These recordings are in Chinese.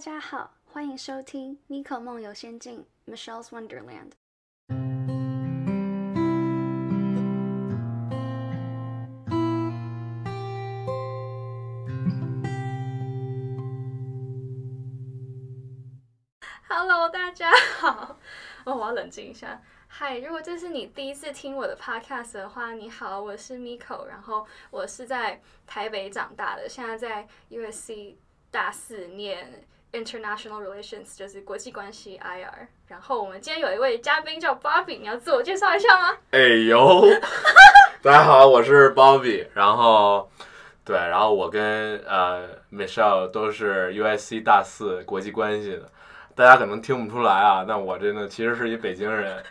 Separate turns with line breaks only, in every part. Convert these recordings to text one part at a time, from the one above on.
家好，欢迎收听《Nico 梦游仙境》（Michelle's Wonderland）。
Hello，大家好。哦，我要冷静一下。嗨，如果这是你第一次听我的 podcast 的话，你好，我是 Miko，然后我是在台北长大的，现在在 USC 大四念 International Relations，就是国际关系 IR。然后我们今天有一位嘉宾叫 Bobby，你要自我介绍一下吗？
哎呦，大家好，我是 Bobby，然后对，然后我跟呃 Michelle 都是 USC 大四国际关系的，大家可能听不出来啊，但我真的其实是一北京人，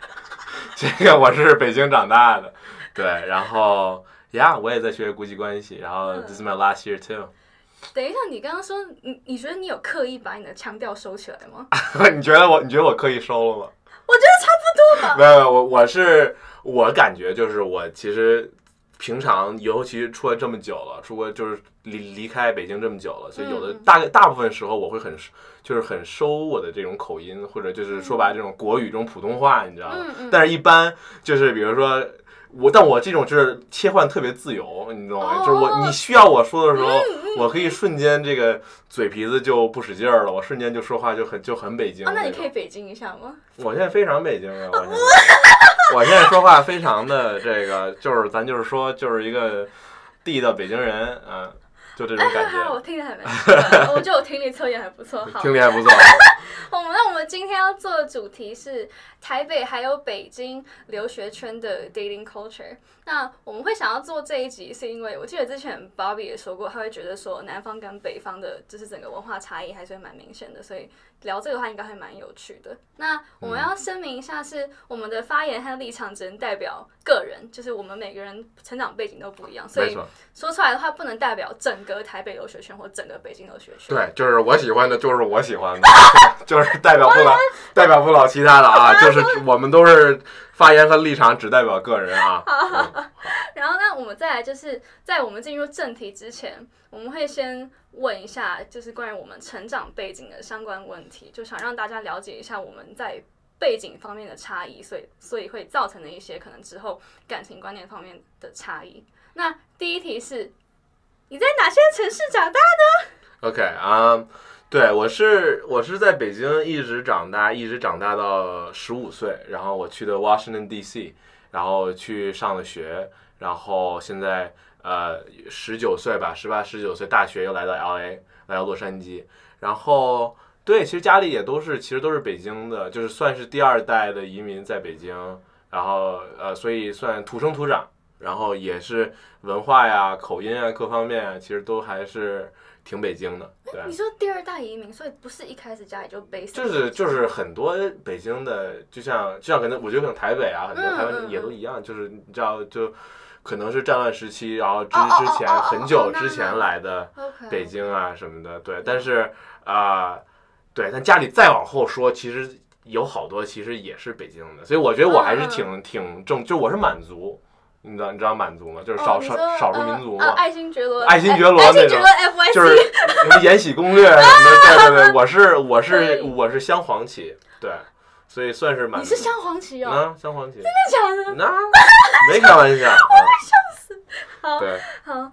这个我是北京长大的，对，然后呀，yeah, 我也在学国际关系，然后 this is my last year too，
等一下，你刚刚说你你觉得你有刻意把你的腔调收起来吗？
你觉得我你觉得我刻意收了吗？
我觉得差不多吧。
没有，没有我我是我感觉就是我其实平常尤其出来这么久了，出国就是离离开北京这么久了，所以有的
嗯
大概大部分时候我会很就是很收我的这种口音，或者就是说白了这种国语这种普通话，你知道吗？
嗯嗯
但是一般就是比如说。我但我这种就是切换特别自由，你懂吗？
哦嗯
就是我你需要我说的时候，我可以瞬间这个嘴皮子就不使劲儿了，我瞬间就说话就很就很北京
啊，
种。
那你可以北京一下吗？
我现在非常北京了，我现在我现在说话非常的这个，就是咱就是说就是一个地道北京人，嗯、就这种感
哈哈，哎 我
觉，
听得很没错，我觉得我听力测验还不错。好，
听力还不错。
我们那我们今天要做的主题是台北还有北京留学圈的 dating culture。那我们会想要做这一集，是因为我记得之前 Bobby 也说过，他会觉得说南方跟北方的就是整个文化差异还是会蛮明显的，所以聊这个话应该会蛮有趣的。那我
嗯
们要声明一下，是我们的发言和立场只能代表个人，就是我们每个人成长背景都不一样，所
没
以
错，
说出来的话不能代表整个台北留学圈或整个北京留学圈。
对，就是我喜欢的，就是我喜欢的， 就是代表不了，代表不了其他的啊，就是我们都是发言和立场只代表个人啊。嗯
然后呢，我们再来就是在我们进入正题之前，我们会先问一下，就是关于我们成长背景的相关问题，就想让大家了解一下我们在背景方面的差异，所以所以会造成的一些可能之后感情观念方面的差异。那第一题是，你在哪些城市长大？
OK 啊、对我是我是在北京一直长大，一直长大到十五岁，然后我去的 Washington D.C.，然后去上了学，然后现在呃十九岁吧，十八十九岁大学又来到 L.A. 来到洛杉矶，然后对，其实家里也都是其实都是北京的，就是算是第二代的移民在北京，然后呃所以算土生土长，然后也是文化呀、口音啊各方面啊，其实都还是挺北京的，对。
你说第二代移民，所以不是一开始家里就 base，
就是就是很多北京的，就像就像可能我觉得可能台北啊，很多
嗯
台
嗯
湾也都
嗯
一样，就是你知道就可能是战乱时期，然后之
哦哦
之前
哦哦哦
很
哦
久
那
之前
那
来的
OK 嗯
北京啊什么的，对，但是啊、对，但家里再往后说，其实有好多其实也是北京的，所以我觉得我还是
嗯嗯
挺挺正，就我是满族，你知道你知道满族吗？就是少
哦你
少
说
少数民族
呃呃
嘛，
爱新觉罗，
爱新觉罗
爱新
那
觉
种
罗 FYC，
就是什么《延禧攻略》什 么的，对对对，我是我
对
是我是镶黄旗，对，所以算是蛮
你是镶黄旗哦，
啊镶黄旗，
真的假的？
那没开玩 笑，我
好
对，
好，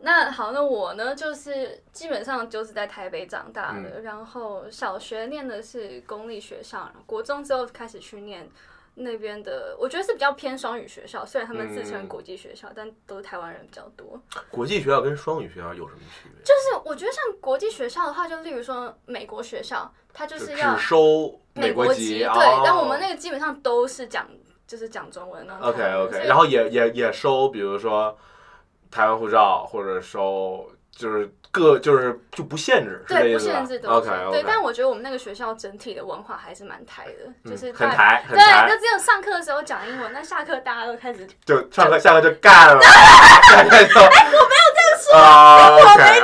那好，那我呢，就是基本上就是在台北长大的，
嗯
然后小学念的是公立学校，国中之后开始去念那边的，我觉得是比较偏双语学校，虽然他们自称
嗯
国际学校，但都是台湾人比较多。
国际学校跟双语学校有什么区别？
就是我觉得像国际学校的话，就例如说美国学校，它就
就是
要
只收
美
国
籍，
籍，
对，
哦
但我们那个基本上都是讲就是讲中文那种
OK
台湾人所
OK，
以
然后也也也收，比如说台湾护照，或者收就是各就是就不限制，是这
对
意
不
思吧
限制都是
？OK
对，
OK，
但我觉得我们那个学校整体的文化还是蛮台的，就是
嗯很
大
台很
对，啊
台
就，只有上课的时候讲英文，那下课大家都开始。
就上课下课就干了，下课就。哎，我没有这样说，啊，OK 嗯 OK，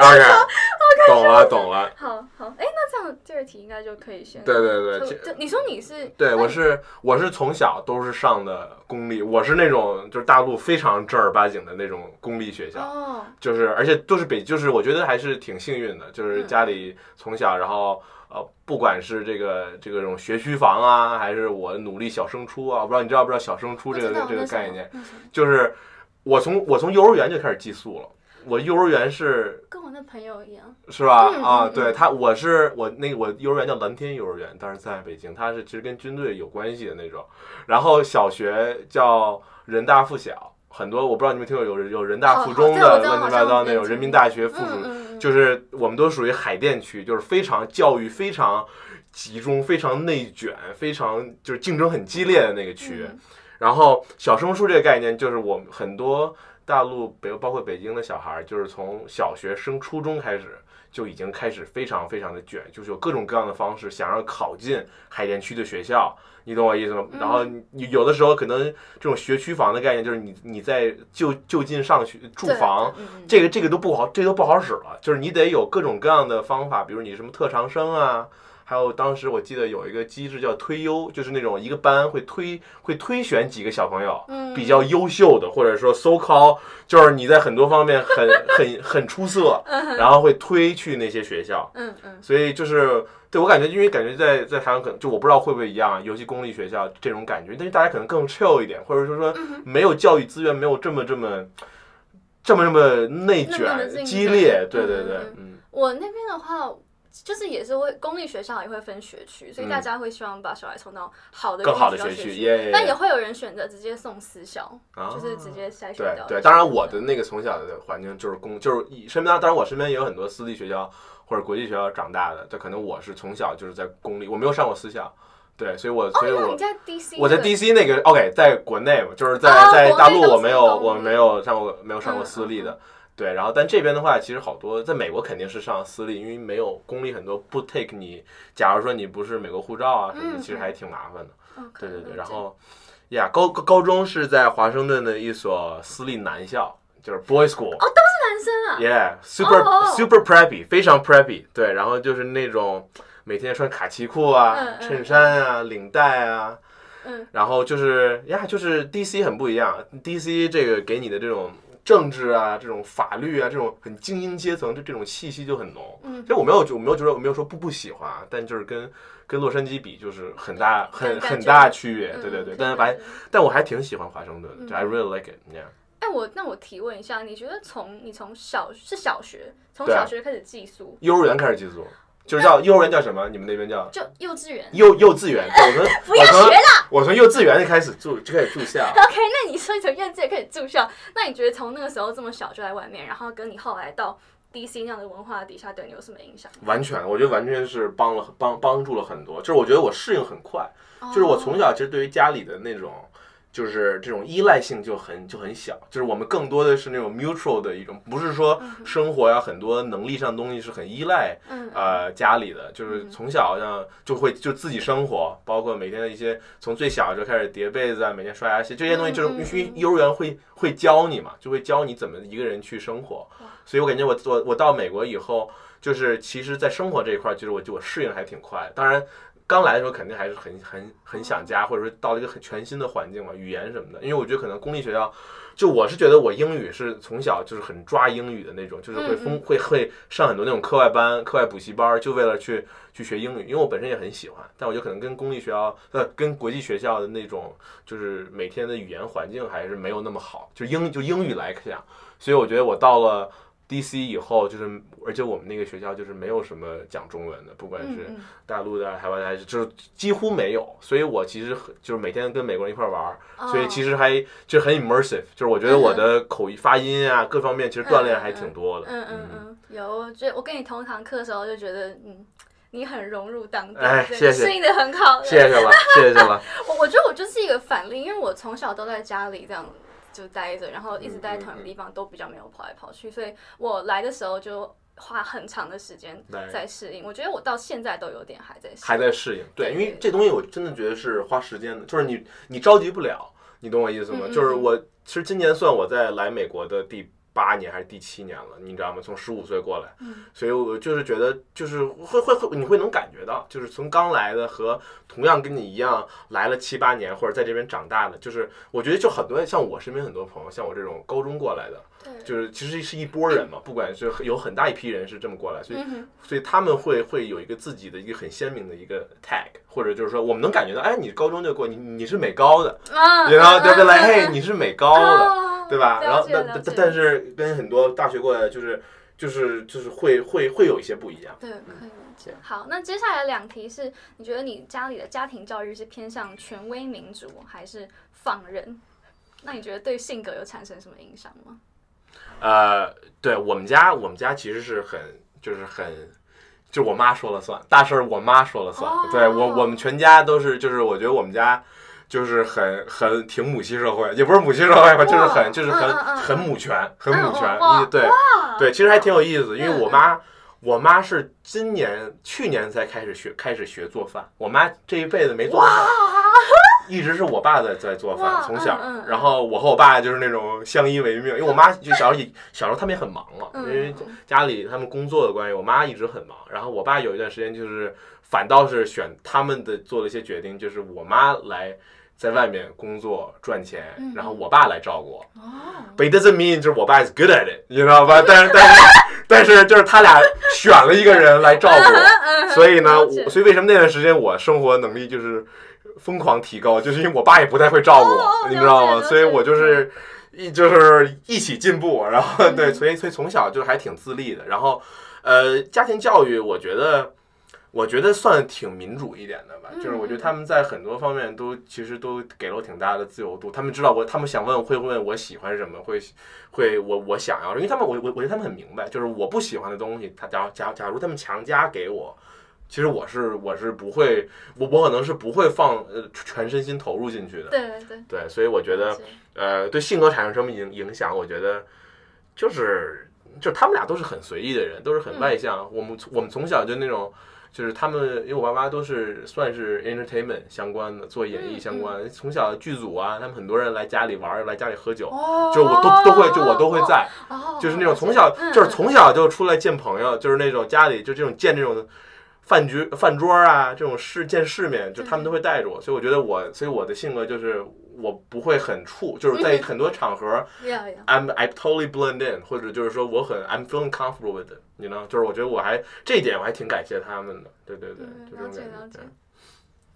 懂了懂了，
好好，哎，那这样第二题应该就可以先。
对对
就
对，这
就你说你是
对
那
我
你
是我是从小都是上的公立，我是那种就是大陆非常正儿八经的那种公立学校，
哦，
就是而且都是北，就是我觉得还是挺幸运的，就是家里从小，然后呃，不管是这个这个这种学区房啊，还是我努力小升初啊，我不知道你知道不知道小升初
不
这
知
个
道
这个
那什
概
么
念，
那什么
就是我从我从幼儿园就开始寄宿了，我幼儿园是
跟我那朋友一样，
是吧？
嗯
啊，
嗯
对
嗯
他，我是我那个我幼儿园叫蓝天幼儿园，当时在北京，它是其实跟军队有关系的那种。然后小学叫人大附小，很多我不知道你们听过有有人大
哦
附
好
中
这我
的
知道
乱
好
七八
像
糟
有
那种，
听
人民
过
大学附属，
嗯嗯，嗯
就是我们都属于海淀区，就是非常教育非常集中、非常内卷、非常就是竞争很激烈的那个区域。
嗯
然后小升初这个概念，就是我们很多大陆北包括北京的小孩儿，就是从小学升初中开始就已经开始非常非常的卷，就是有各种各样的方式想要考进海淀区的学校，你懂我意思吗？
嗯
然后你有的时候可能这种学区房的概念，就是你你在就就近上学住
对
房，
对嗯嗯
这个这个都不好，这都不好使了。就是你得有各种各样的方法，比如你什么特长生啊，还有当时我记得有一个机制叫推优，就是那种一个班会推会推选几个小朋友
嗯
比较优秀的，或者说 so call，就是你在很多方面很很很出色，然后会推去那些学校。
嗯嗯
所以就是对我感觉，因为感觉在在台湾可能就我不知道会不会一样，尤其公立学校这种感觉，但是大家可能更 chill 一点，或者说
嗯
说没有教育资源，没有这么这么这么这么内
那么的
卷
竞争
激烈，对
嗯
对
嗯
对，
嗯
嗯，
我那边的话。就是也是会公立学校也会分学区，所以
嗯
大家会希望把小孩送到好的
更好
公
的
立学校
学区，
区，
耶，
但也会有人选择直接送私校，
啊
就是直接筛选
对
掉。
对，当然我的那个从小的环境就是公，就是以身边，当然我身边也有很多私立学校或者国际学校长大的，但可能我是从小就是在公立，我没有上过私校，对，所以我所以
哦，
我
你在 DC，
我在
对
DC 那个 OK，在国内嘛，就是在、
啊
在
国内
大陆
都是
我没有
公
我
立
没有上过没有上过
嗯
私立的，对。然后但这边的话，其实好多在美国肯定是上私立，因为没有公立很多不 take 你，假如说你不是美国护照啊什么的，
嗯
其实还挺麻烦的。
OK，
对对对，
哦了
然
解
后呀，高高高中是在华盛顿的一所私立男校，就是 boys school。
哦男生啊，
Yeah，super、
哦
super preppy，非常 preppy。对，然后就是那种每天穿卡其裤啊、
嗯嗯
衬衫啊、领带啊，
嗯，
然后就是呀，就是 DC 很不一样，DC 这个给你的这种政治啊、这种法律啊、这种很精英阶层这这种气息就很浓。
嗯
其实我没有，我没有觉得我没有说不不喜欢，啊，但就是跟跟洛杉矶比，就是很大很
感觉
很大区别。
嗯
对对对，
嗯
但是
对
还
对对
但我还挺喜欢华盛顿的
嗯
就，I really like it。Yeah。
哎，我那我提问一下，你觉得从你从小是小学，从
对啊
小学开始寄宿，
幼儿园开始寄宿，就是叫幼儿园叫什么？你们那边叫？
就幼稚园
幼幼稚园，对我从
不要
我从
学
我从幼稚园就开始住，就开始住校。
？OK，那你说你从幼稚园开始住校，那你觉得从那个时候这么小就在外面，然后跟你后来到 DC 那样的文化底下对你有什么影响？
完全，我觉得完全是帮了帮帮助了很多。就是我觉得我适应很快，
哦
就是我从
小
小其实对于家里的那种，就是这种依赖性就很就很小。就是我们更多的是那种 mutual 的一种，不是
哦
说生活呀、很多能力上的东西是很依赖
嗯
呃家里的，就是
嗯
从小像就会就自己生活，包括每天的一些从最小就开始叠被子啊，每天刷牙洗这些东西，
嗯
就是
嗯
因为
嗯
幼儿园会会教你嘛，就会教你怎么一个人去生活
哇。
所以我感觉我我我到美国以后，就是其实，在生活这一块儿，就是我就我适应还挺快。当然，刚来的时候肯定还是很很很想家，或者说到了一个很全新的环境嘛，语言什么的。因为我觉得可能公立学校，就我是觉得我英语是从小就是很抓英语的那种，就是会疯会会上很多那种课外班、课外补习班儿，就为了去去学英语。因为我本身也很喜欢，但我觉得可能跟公立学校呃跟国际学校的那种就是每天的语言环境还是没有那么好，就英就英语来讲。所以我觉得我到了 DC 以后，就是而且我们那个学校就是没有什么讲中文的，不管是
嗯
大陆的、海外的，还是就是几乎没有。所以我其实很就是每天跟美国人一块儿玩儿，
嗯，
所以其
实
实还就很 immersive，就是我觉得我的口译、发音啊各方面其实锻炼还挺多的。
嗯嗯嗯，有，我觉得我跟你同堂课的时候就觉得嗯。你很融入当地，
哎
对
谢谢
适应的很好。
谢谢了，谢谢 了。
我我觉得我就是一个反例，因为我从小都在家里这样就待着，然后
嗯
一直待在同一个地方，都比较没有跑来跑去，所以我来的时候就花很长的时间
来
在适应。我觉得我到现在都有点还在适应。
还在适应。对，
对
因为
对
这东西我真的觉得是花时间的，就是你你着急不了，你懂我意思吗？
嗯嗯
就是
嗯
我其实今年算我在来美国的第八年还是第七年了，你知道吗？从十五岁过来，
嗯
所以我就是觉得，就是会会会，你会能感觉到，就是从刚来的和同样跟你一样来了七八年或者在这边长大的，就是我觉得就很多像我身边很多朋友，像我这种高中过来的，
对，
就是其实是一波人嘛，不管是有很大一批人是这么过来，所以
嗯哼，
所以他们会会有一个自己的一个很鲜明的一个 tag，或者就是说我们能感觉到，哎，你高中就过，你你是美高的，
啊，
然后对不对？
嗯
嘿，你是美高的，
哦
对吧？然
了
后
解
但
了
但
解
但是跟很多大学过来的就是就是就是会会会有一些不一样。
对，可以理解。好，那接下来两题是，你觉得你家里的家庭教育是偏向权威民主还是放任？那你觉得对性格有产生什么影响吗？
呃，对我们家我们家其实是很就是很。就我妈说了算，大事儿我妈说了算。
哦
对我，我们全家都是，就是我觉得我们家就是很很挺母系社会，也不是母系社会吧，就是
哇
很就是很、
嗯嗯嗯
很母权，很母权。
嗯哇
对，
啊，
对，其实还挺有意思，因为
嗯
我妈，我妈是今年、去年才开始学，开始学做饭。我妈这一辈子没做过 饭，一直是我爸在在做
哇
饭，从小
嗯嗯。
然后我和我爸就是那种相依为命，因为我妈就小时候也小时候他们也很忙嘛，因为
嗯
家里他们工作的关系，我妈一直很忙。然后我爸有一段时间就是反倒是选他们的做了一些决定，就是我妈来。在外面工作赚钱
嗯嗯，
然后我爸来照顾我，
哦，
But it doesn't mean 就是我爸 is good at it，你知道吧？但是但 是但是就是他俩选了一个人来照顾
嗯
我，所以呢，
了解
我所以为什么那段时间我生活能力就是疯狂提高，就是因为我爸也不太会照顾我，
哦哦
你知道
了
吗？
解
所以我就
了
是。一就是一起进步，然后
嗯
对，所以所以从小就还挺自立的。然后，呃，家庭教育我觉得，我觉得算挺民主一点的吧。就是我觉得他们在很多方面都其实都给了我挺大的自由度。他们知道我，他们想问会问我喜欢什么，会会我我想要，因为他们我我我觉得他们很明白，就是我不喜欢的东西，他假如假假如他们强加给我，其实我是我是不会，我我可能是不会放呃全身心投入进去的。
对对对，
对，所以我觉
了
得
解
呃对性格产生什么影影响，我觉得就是就他们俩都是很随意的人，都是很
嗯
外向。我们我们从小就那种。就是他们，因为我爸妈都是算是 entertainment 相关的，做演艺
嗯
相关，从小剧组啊，他们很多人来家里玩儿，来家里喝酒，
哦
就我都都会，就我都会，在，
哦
就是那种从小
嗯
就是从小就出来见朋友，就是那种家里就这种见这种饭局饭桌啊，这种世见世面，就他
嗯
们都会带着我，所以我觉得我，所以我的性格就是我不会很怵，就是 在
嗯
很多场合
要要
I'm I totally blend in，或者就是说我很 I'm feeling comfortable with it，你知道，就是我觉得我还这一点我还挺感谢他们的，对对对，
嗯
就这种
了解
感
了
觉
解
对。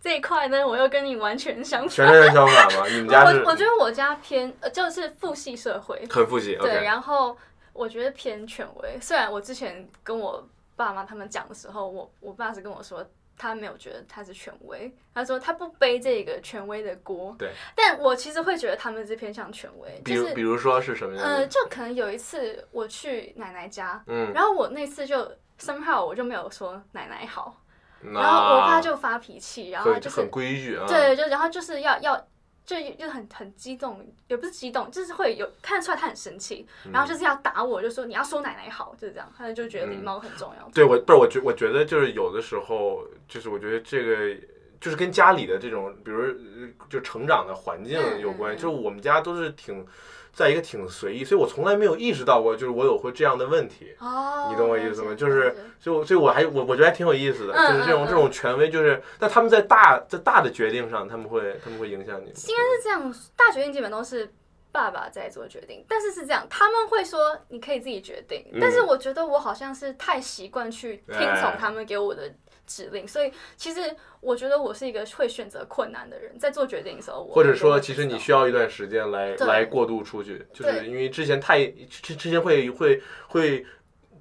这一块呢，我又跟你完全相反。
全是相反 嘛，你们家是
我我觉得我家偏呃就是父系社会，
很复习
对，
，OK，
然后我觉得偏权威。虽然我之前跟我爸妈他们讲的时候，我我爸是跟我说。他没有觉得他是权威，他说他不背这个权威的锅。
对，
但我其实会觉得他们是偏向权威，
比
就
如
是
比如说是什么样
呃，
的？
就可能有一次我去奶奶家，
嗯，
然后我那次就 somehow 我就没有说奶奶好，
然
然后我爸就发脾气，然后
很
就是
很规矩啊，
对，就然后就是要要，就又很很激动，也不是激动，就是会有看得出来他很生气，
嗯
然后就是要打我，就说你要说奶奶好，就是这样，他就觉得礼
嗯
貌很重要。
对我不是我觉我觉得就是有的时候就是我觉得这个就是跟家里的这种，比如呃就成长的环境
嗯
有关
嗯嗯
系。就是我们家都是挺在一个挺随意，所以我从来没有意识到过，就是我有过这样的问题。
哦，
你懂我
了
意思
解
吗
了
就是
解
所以我，所以我还我我觉得还挺有意思的，
嗯
就是这种
嗯嗯
这种权威，就是但他们在大在大的决定上，他们会他们会影响你吗。
应该是这样，大决定基本都是爸爸在做决定，但是是这样，他们会说你可以自己决定，
嗯
但是我觉得我好像是太习惯去听从
哎
他们给我的指令，所以其实我觉得我是一个会选择困难的人，在做决定的时候我，
或者
我
说，
会
其实
知道
你需要一段时间来
对
来过渡出去，就是
对
因为之前太之之前会会会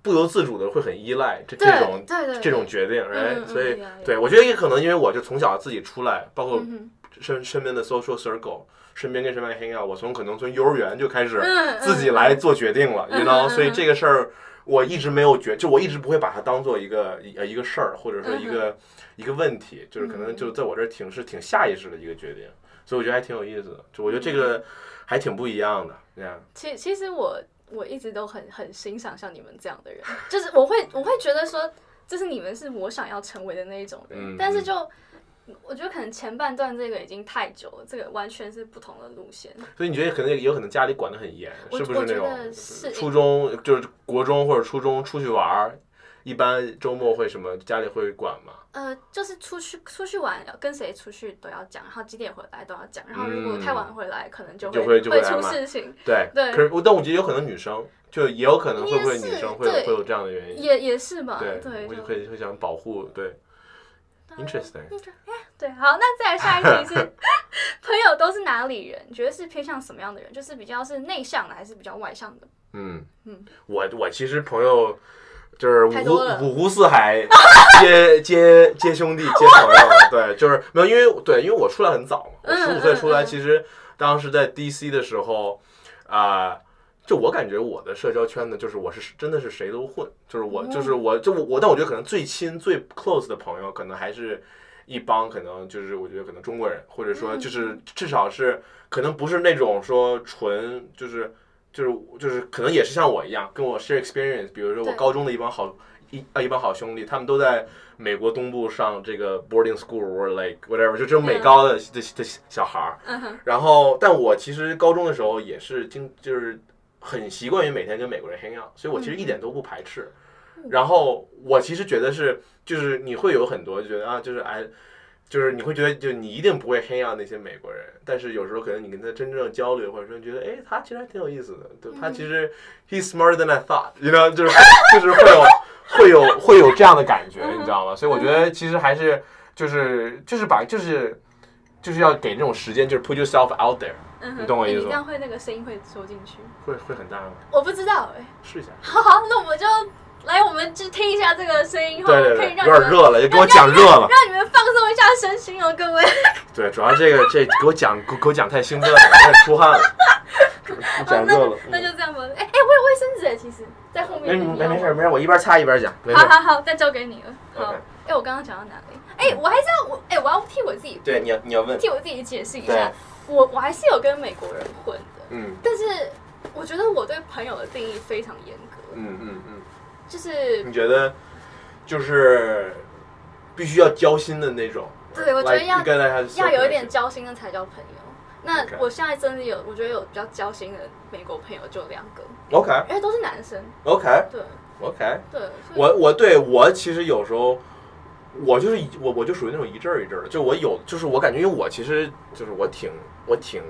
不由自主的会很依赖这
对
这种
对对
这种决定，哎、
嗯嗯
所以
了解
对我觉得也可能因为我就从小自己出来，包括
嗯哼
身身边的 social circle，身边跟什么 hang out，我从可能从幼儿园就开始
嗯嗯
自己来做决定了，
嗯
你知道，
嗯
所以
嗯
这个事儿我一直没有觉，就我一直不会把它当做一个一呃一个事儿，或者
嗯
说一个一个问题，就是可能就在我这儿挺是挺下意识的一个决定，所以我觉得还挺有意思的，就我觉得这个
嗯
还挺不一样的，这样，
其其实我我一直都很很欣赏像你们这样的人， 就是我会我会觉得说，就是你们是我想要成为的那一种人，
嗯
但是就我觉得可能前半段这个已经太久了，这个完全是不同的路线。
所以你觉得可能也有可能家里管得很严，
我
是不是
我觉
那种
得是
初中就是国中或者初中出去玩儿，一般周末会什么家里会管吗？
呃，就是出去出去玩，跟谁出去都要讲，然后几点回来都要讲，然后如果太晚回来，可能
嗯
就
就
会
会就会来
出
骂
事情。
对，
对
可是我但我觉得有可能女生就也有可能会不会
应该
女
是
生会有
对
会有这样的原因，
也也是吧，
对，
对，嗯
会
就
会会想保护对，interesting。
哎对，好，那再来下一题是，朋友都是哪里人？你觉得是偏向什么样的人？就是比较是内向的，还是比较外向的？
嗯
嗯，
我我其实朋友就是五
太
湖
多了
五湖四海接 接接兄弟接朋友，对，就是没有，因为对，因为我出来很早嘛，我
嗯
十五岁
嗯
出来，
嗯
其实当时在 DC 的时候，啊、就我感觉我的社交圈子就是我是真的是谁都混，就是我就是
哦
我就我我，但我觉得可能最亲最 close 的朋友，可能还是一帮可能就是我觉得可能中国人，或者
嗯
说就是至少是可能不是那种说纯就是就是就是可能也是像我一样跟我 share experience，比如说我
对
高中的一帮好一啊一帮好兄弟，他们都在美国东部上这个 boarding school or like whatever，就这种美
嗯
高的的的小孩儿。
嗯哼，
然后，但我其实高中的时候也是经就是很习惯于每天跟美国人 hang out，所以我其实一点都不排斥。
嗯
然后我其实觉得是，就是你会有很多觉得啊，就是哎，就是你会觉得就你一定不会 hang out 那些美国人，但是有时候可能你跟他真正交流，或者说你觉得哎，他其实还挺有意思的，对
嗯
他其实 he's smarter than I thought，you know，就是 就是会有会 有会有这样的感
嗯
觉，你知道吗？所以我觉得其实还是就是就是把就是。就是要给那种时间，就是 put yourself out there，
嗯
你懂我意思
你
吗
这样会那个声音会收进去？
会会很大吗？
我不知道哎、
试一下。
好好，那我们就来，我们就听一下这个声音，
对对
可
对，有
以让你们
点热了，就给我讲热了。
让你们放松一下身心哦，各位。
对，主要这个这给我讲给我给我讲太兴奋了，有点出汗了， 讲热了。
哦
嗯
那就这样吧。哎哎，我有卫生纸哎，其实，在后
没
面。
没没事没事，我一边擦一边讲，没事
好。好好，再交给你了。好
OK。
哎，我刚刚讲到哪里？哎，我还是要我哎，我要替我自己
对，你要你要问，
替我自己解释一下
对，
我我还是有跟美国人混的，
嗯
但是我觉得我对朋友的定义非常严格，
嗯嗯嗯，
就是
你觉得就是必须要交心的那种？
对我觉得
Like,
要
you gotta have
要有一点
separation
交心的才叫朋友。那
OK
我现在真的有，我觉得有比较交心的美国朋友就两个，
OK
因为都是男生，
OK
对
OK，
对。所以
我我对我其实有时候，我就是一我我就属于那种一阵儿一阵儿的，就我有就是我感觉，因为我其实就是我挺我挺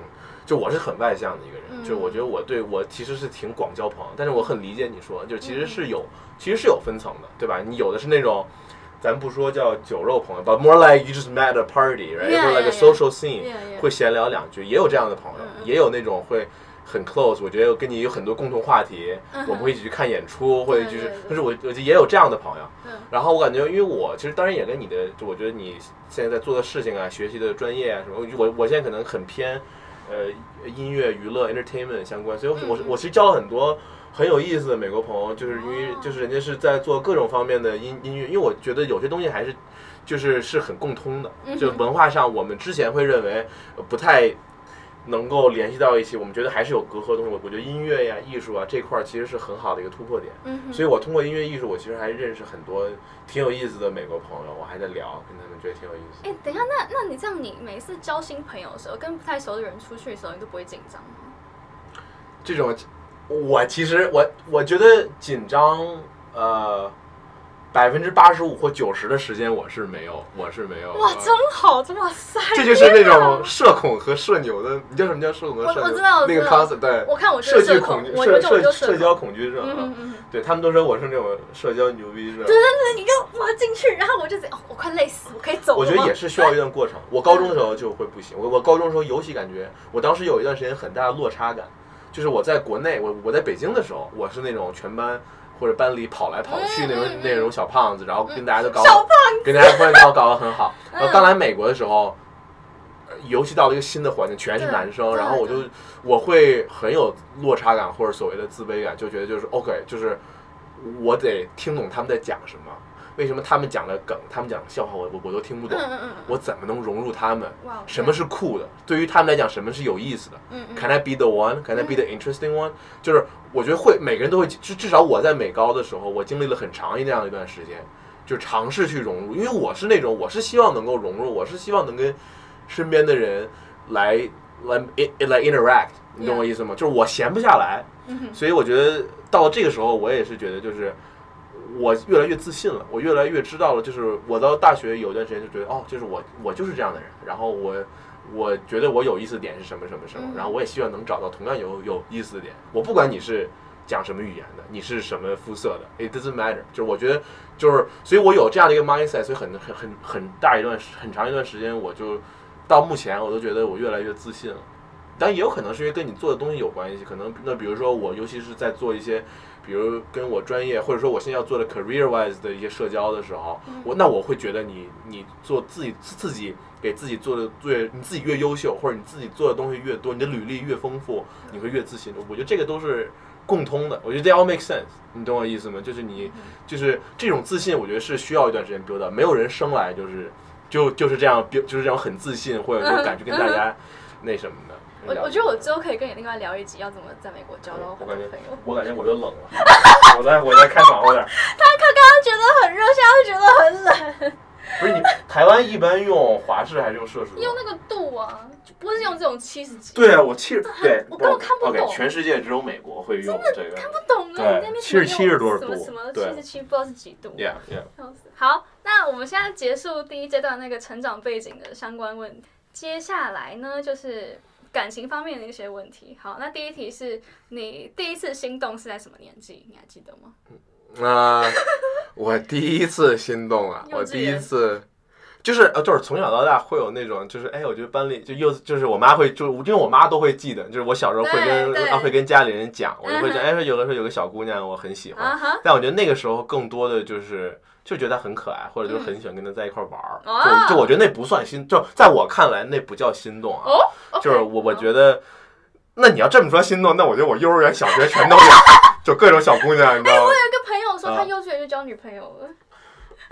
就我是很外向的一个人，
嗯
就是我觉得我对我其实是挺广交朋友，但是我很理解你说，就其实
嗯
是有、其实是有分层的，对吧？你有的是那种。咱不说叫酒肉朋友，but more like you just met at a party, right?
Yeah,
Or like a
yeah, yeah.
social scene.
Yeah, yeah.
会闲聊两句，也有这样的朋友，
嗯嗯
也有那种会很 close，我觉得跟你有很多共同话题，
嗯哼
我们会一起去看演出，或者
对
就是
对，对
就是我我也有这样的朋友。
嗯
然后我感觉，因为我其实当然也跟你的，就我觉得你现在在做的事情啊，学习的专业啊什么，我我现在可能很偏呃音乐、娱乐、entertainment 相关，所以我
嗯
我
嗯
我其实交了很多很有意思的美国朋友，就是因为
哦
就是人家是在做各种方面的音音乐，因为我觉得有些东西还是。就是是很共通的
嗯，哼
就文化上我们之前会认为呃不太能够联系到一起，我们觉得还是有隔阂的东西。我我觉得音乐呀、艺术啊这块儿其实是很好的一个突破点。
嗯哼，
所以我通过音乐艺术，我其实还认识很多挺有意思的美国朋友，我还在聊，跟他们觉得挺有意思。
哎、等一下，那那你这样，你每次交新朋友的时候，跟不太熟的人出去的时候，你都不会紧张吗？
这种，我其实我我觉得紧张，呃，百分之八十五或九十的时间我是没有，我是没有。
哇，
呃
真好，哇塞！
这就是那种社恐和社牛的，你叫什么叫社恐和
啊我
社牛？
我知道我
那个
知道
concept，对，
我看我就
社
是
区
社
恐
恐
惧，，
我我
社
就我
社
就社
社
恐。
交恐惧症
嗯
啊
嗯。嗯嗯，
对他们都说我是那种社交牛逼症。
对对对，你跟我进去，然后我就得，哦，我快累死，我可以走了吗。
我觉得也是需要一段过程。我高中的时候就会不行，我我高中的时候尤其感觉，我当时有一段时间很大的落差感，就是我在国内，我我在北京的时候，我是那种全班或者班里跑来跑去
嗯
那种、
嗯嗯
那种小胖子，然后跟大家都搞、
小胖
跟大家关系都搞得很好。
嗯
然后刚来美国的时候。呃尤其到了一个新的环境，全是
对
男生，
对
然后我就我会很有落差感或者所谓的自卑感，就觉得就是 OK，就是我得听懂他们在讲什么，为什么他们讲的梗，他们讲的笑话我我我都听不懂
嗯，嗯嗯，
我怎么能融入他们？
哇，
什么是酷的？对于他们来讲，什么是有意思的
嗯嗯
？Can I be the one? Can I be the interesting one? 就是我觉得会每个人都会，至至少我在美高的时候，我经历了很长一那样一段时间，就尝试去融入，因为我是那种我是希望能够融入，我是希望能跟身边的人来来 in 来 interact，你懂我意思吗就是我闲不下来，
嗯哼
所以我觉得到了这个时候，我也是觉得就是我越来越自信了，我越来越知道了，就是我到大学有一段时间就觉得哦，就是我我就是这样的人，然后我我觉得我有意思的点是什么什么什么
嗯，
然后我也希望能找到同样有有意思的点。我不管你是讲什么语言的，你是什么肤色的，it doesn't matter。就是我觉得就是，所以我有这样的一个 mindset，所以很很很很大一段很长一段时间，我就到目前我都觉得我越来越自信了。但也有可能是因为跟你做的东西有关系，可能那比如说我，尤其是在做一些，比如跟我专业或者说我现在要做的 career wise 的一些社交的时候，
嗯
我那我会觉得你你做自己自己给自己做的越你自己越优秀，或者你自己做的东西越多，你的履历越丰富，
嗯
你会越自信。我觉得这个都是共通的，我觉得 they all make sense，你懂我意思吗？就是你
嗯
就是这种自信，我觉得是需要一段时间 build 的，没有人生来就是就就是这样 build 就是这种很自信或者说敢去跟大家那什么的。
我我觉得我之后可以跟你另外聊一集，要怎么在美国交到
嗯我
很多
感
朋
觉
友。他
我感觉我就冷了， 我在我在开暖和点儿。
觉得很热，现在觉得很冷，
不是你台湾一般用华氏还是用摄氏？
用那个度啊，就不是用这种七十几，
对啊，我七十对，
我根本看不懂
OK，全世界只有美国会用这个。
不懂啊，
对
你那边
77
什么用
是多少
什么
度
什么七
对
十七，不知道是几度。
Yeah, yeah。
笑死好，那我们现在结束第一阶段那个成长背景的相关问题，接下来呢就是感情方面的一些问题。好，那第一题是你第一次心动是在什么年纪？你还记得吗？
那、我第一次心动 啊，
幼稚园
我第一次。就是呃，就是从小到大会有那种，就是哎，我觉得班里就幼，就是我妈会，就因为我妈都会记得，就是我小时候会跟
对对
啊会跟家里人讲，我就会讲，
嗯
哎，说有的时候有个小姑娘我很喜欢，
啊哈，
但我觉得那个时候更多的就是就觉得她很可爱，或者就是很喜欢跟她在一块玩儿、
嗯哦
就就我觉得那不算心，就在我看来那不叫心动啊。
哦 OK，
就是我我
好
觉得，那你要这么说心动，那我觉得我幼儿园、小学全都有，就各种小姑娘，你知道吗？
有一个朋友说
啊
他幼稚园就交女朋友了，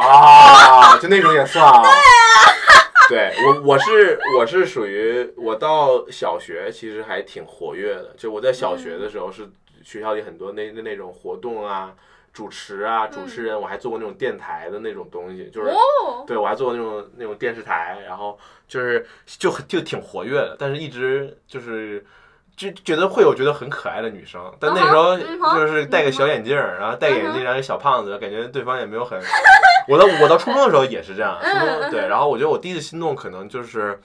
啊，就那种也算啊。 对我我是我是属于我到小学其实还挺活跃的，就我在小学的时候是学校里很多那那那种活动啊，主持啊，主持人，我还做过那种电台的那种东西，就是
哦，
对我还做过那种那种电视台，然后就是就很就挺活跃的，但是一直就是。就觉得会有觉得很可爱的女生，但那时候
嗯哼嗯哼嗯
就是戴个小眼镜儿，然后戴个眼镜，然后一个小胖子，感觉对方也没有很。我到我到初中的时候也是这样，
嗯
初中对，然后我觉得我第一次心动可能就是，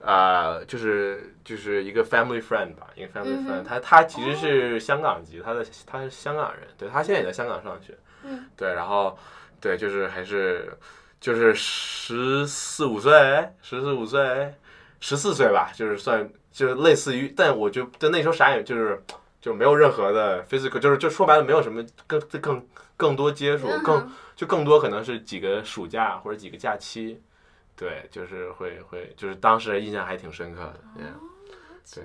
呃，就是就是一个 family friend 吧，一个 family
嗯
friend，、
哼
他他其实是香港籍，他的他是香港人，对他现在也在香港上学，
嗯，
对，然后对，就是还是就是十四五岁，十四五岁，十四岁吧，就是算就是类似于，但我就但那时候啥也就是就没有任何的 physical，就是就说白了没有什么更更更多接
嗯
触，更就更多可能是几个暑假或者几个假期，对，就是会会就是当时印象还挺深刻的。yeah 对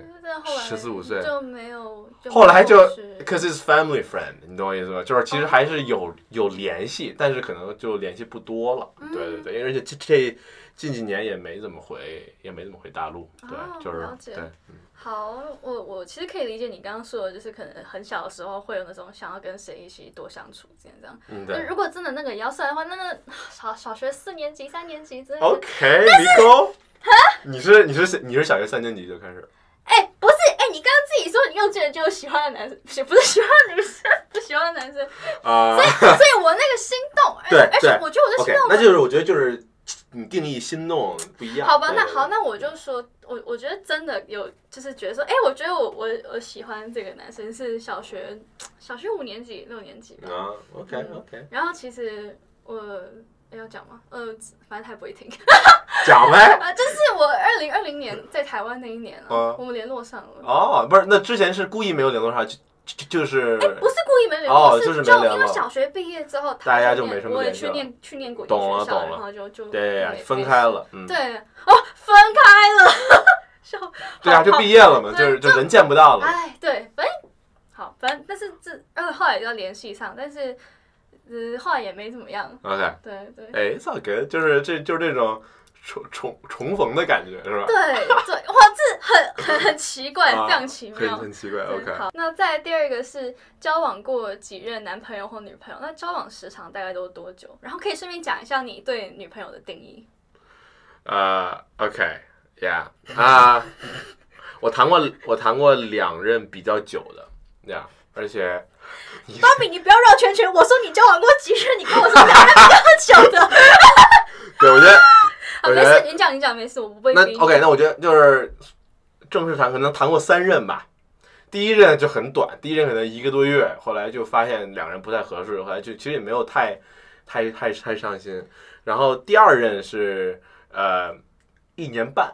十
14-15岁
就没有，没有
后来就
后续
Cause it's family friend，你懂我意思吗？就是其实还是有有联系，但是可能就联系不多了。对对对，
嗯
因为而且这这近几年也没怎么回，也没怎么回大陆。对，
哦
就是
了解
对，
好，我我其实可以理解你刚刚说的，就是可能很小的时候会有那种想要跟谁一起多相处这样这样。
嗯
那
对。
如果真的那个也要算的话，那那 小小学四年级、三年级之类的，
OK，你够。你是你是你是小学三年级就开始？
哎、不是，哎、你刚刚自己说你幼稚园就有喜欢的男生， 不是不是喜欢的女生， 不喜欢的男生，
啊、
所以我那个心 动，而且
对
而且
对
我觉得我的
OK，
心动
那就是我觉得就是你定义心动不一样。
好吧，
对
那
对
好，
对
那我就说，我我觉得真的有，就是觉得说，哎、我觉得我我我喜欢这个男生是小学小学五年级、六年级吧。
啊，OK
嗯
OK，
然后其实我哎要讲吗？呃，反正他也不会听
讲呗。
啊。就是我二零二零年在台湾那一年啊
嗯，
我们联络上了。
哦，不是，那之前是故意没有联络上，就就就是
哎不是故意没联
哦
络，
就是没
就
联
因为
络
小学毕业之后，他
大家
去
就
念
没什么
我也
联系
去
了
念去念过一个
懂了啊
学校，
懂了
然后就就
对
没
分开。了，嗯
没，对哦，分开了， 笑。
对啊，就毕业了嘛，
对
就是就人见不到了。
哎，对，反正好，反正但是这呃后来要联系上，但是呃后来也没怎么样。
啊
OK，
对对。
哎，it's all good，就是这就是这种重重重逢的感觉是吧？
对对，哇，这很很 很奇怪，
啊
非常奇
很
妙。
很奇怪。
对
OK，
好，那再第二个是交往过几任男朋友或女朋友，那交往时长大概都多久？然后可以顺便讲一下你对女朋友的定义。
呃，OK，Yeah，啊，我谈过我谈过两任比较久的，Yeah，而且
芭比，你不要绕圈圈。我说你交往过几任，你跟我说两任比较久的。
对我觉得
啊，
我
没
觉
事，
得
你讲你讲，没事，我不会
那
逼你。
OK，那我觉得就是正式谈可能谈过三任吧。第一任就很短，第一任可能一个多月，后来就发现两人不太合适，后来就其实也没有太太太太上心。然后第二任是呃一年半，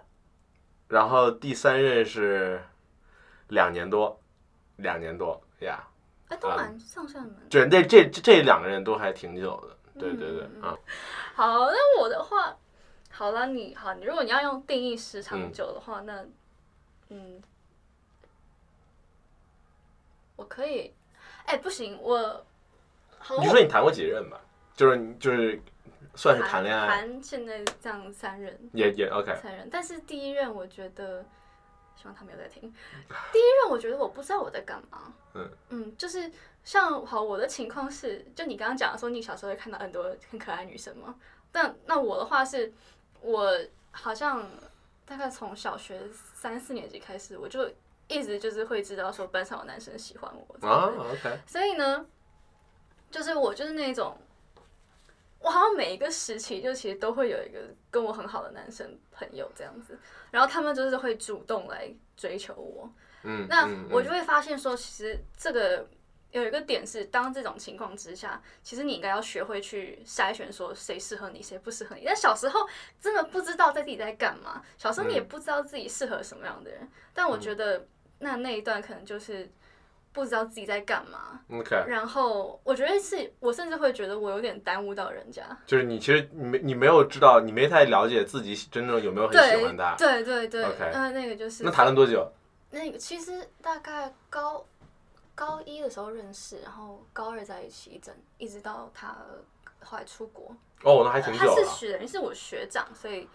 然后第三任是两年多，两年多呀。
哎，都蛮上下蛮
对，那这这这两个人都还挺久的，对对对
嗯，
啊、
好。那我的话，好了，你好，你如果你要用定义时长久的话，那嗯，我可以。哎，不行，我好，
你
我
说你谈过几任吧？就是你就是算是谈恋爱，
谈现在这样三人。
也也 OK。
残忍。但是第一任我觉得，希望他没有在听。第一任我觉得我不知道我在干嘛。
嗯
就是像好我的情况是，就你刚刚讲的说，你小时候会看到很多很可爱女生嘛。但那我的话是，我好像大概从小学三四年级开始，我就一直就是会知道说班上有男生喜欢我。
啊，OK，
所以呢，就是我就是那种，我好像每一个时期就其实都会有一个跟我很好的男生朋友这样子，然后他们就是会主动来追求我。
嗯，
那
嗯
我就会发现说，其实这个有一个点是，当这种情况之下，其实你应该要学会去筛选，说谁适合你，谁不适合你。但小时候真的不知道在自己在干嘛，小时候你
嗯
也不知道自己适合什么样的人。但我觉得那那一段可能就是不知道自己在干嘛，
嗯 OK，
然后我觉得是我甚至会觉得我有点耽误到人家。
就是你其实你没你没有知道，你没太了解自己真正有没有很哦喜
对
欢他。
对对对，
OK
那那个就是
那谈了多久？
那个其实大概高高一的时候认识，然后高二在一起一整，一直到他后来出国。
哦，那还挺久
他是
了。
学人，是我学长，所以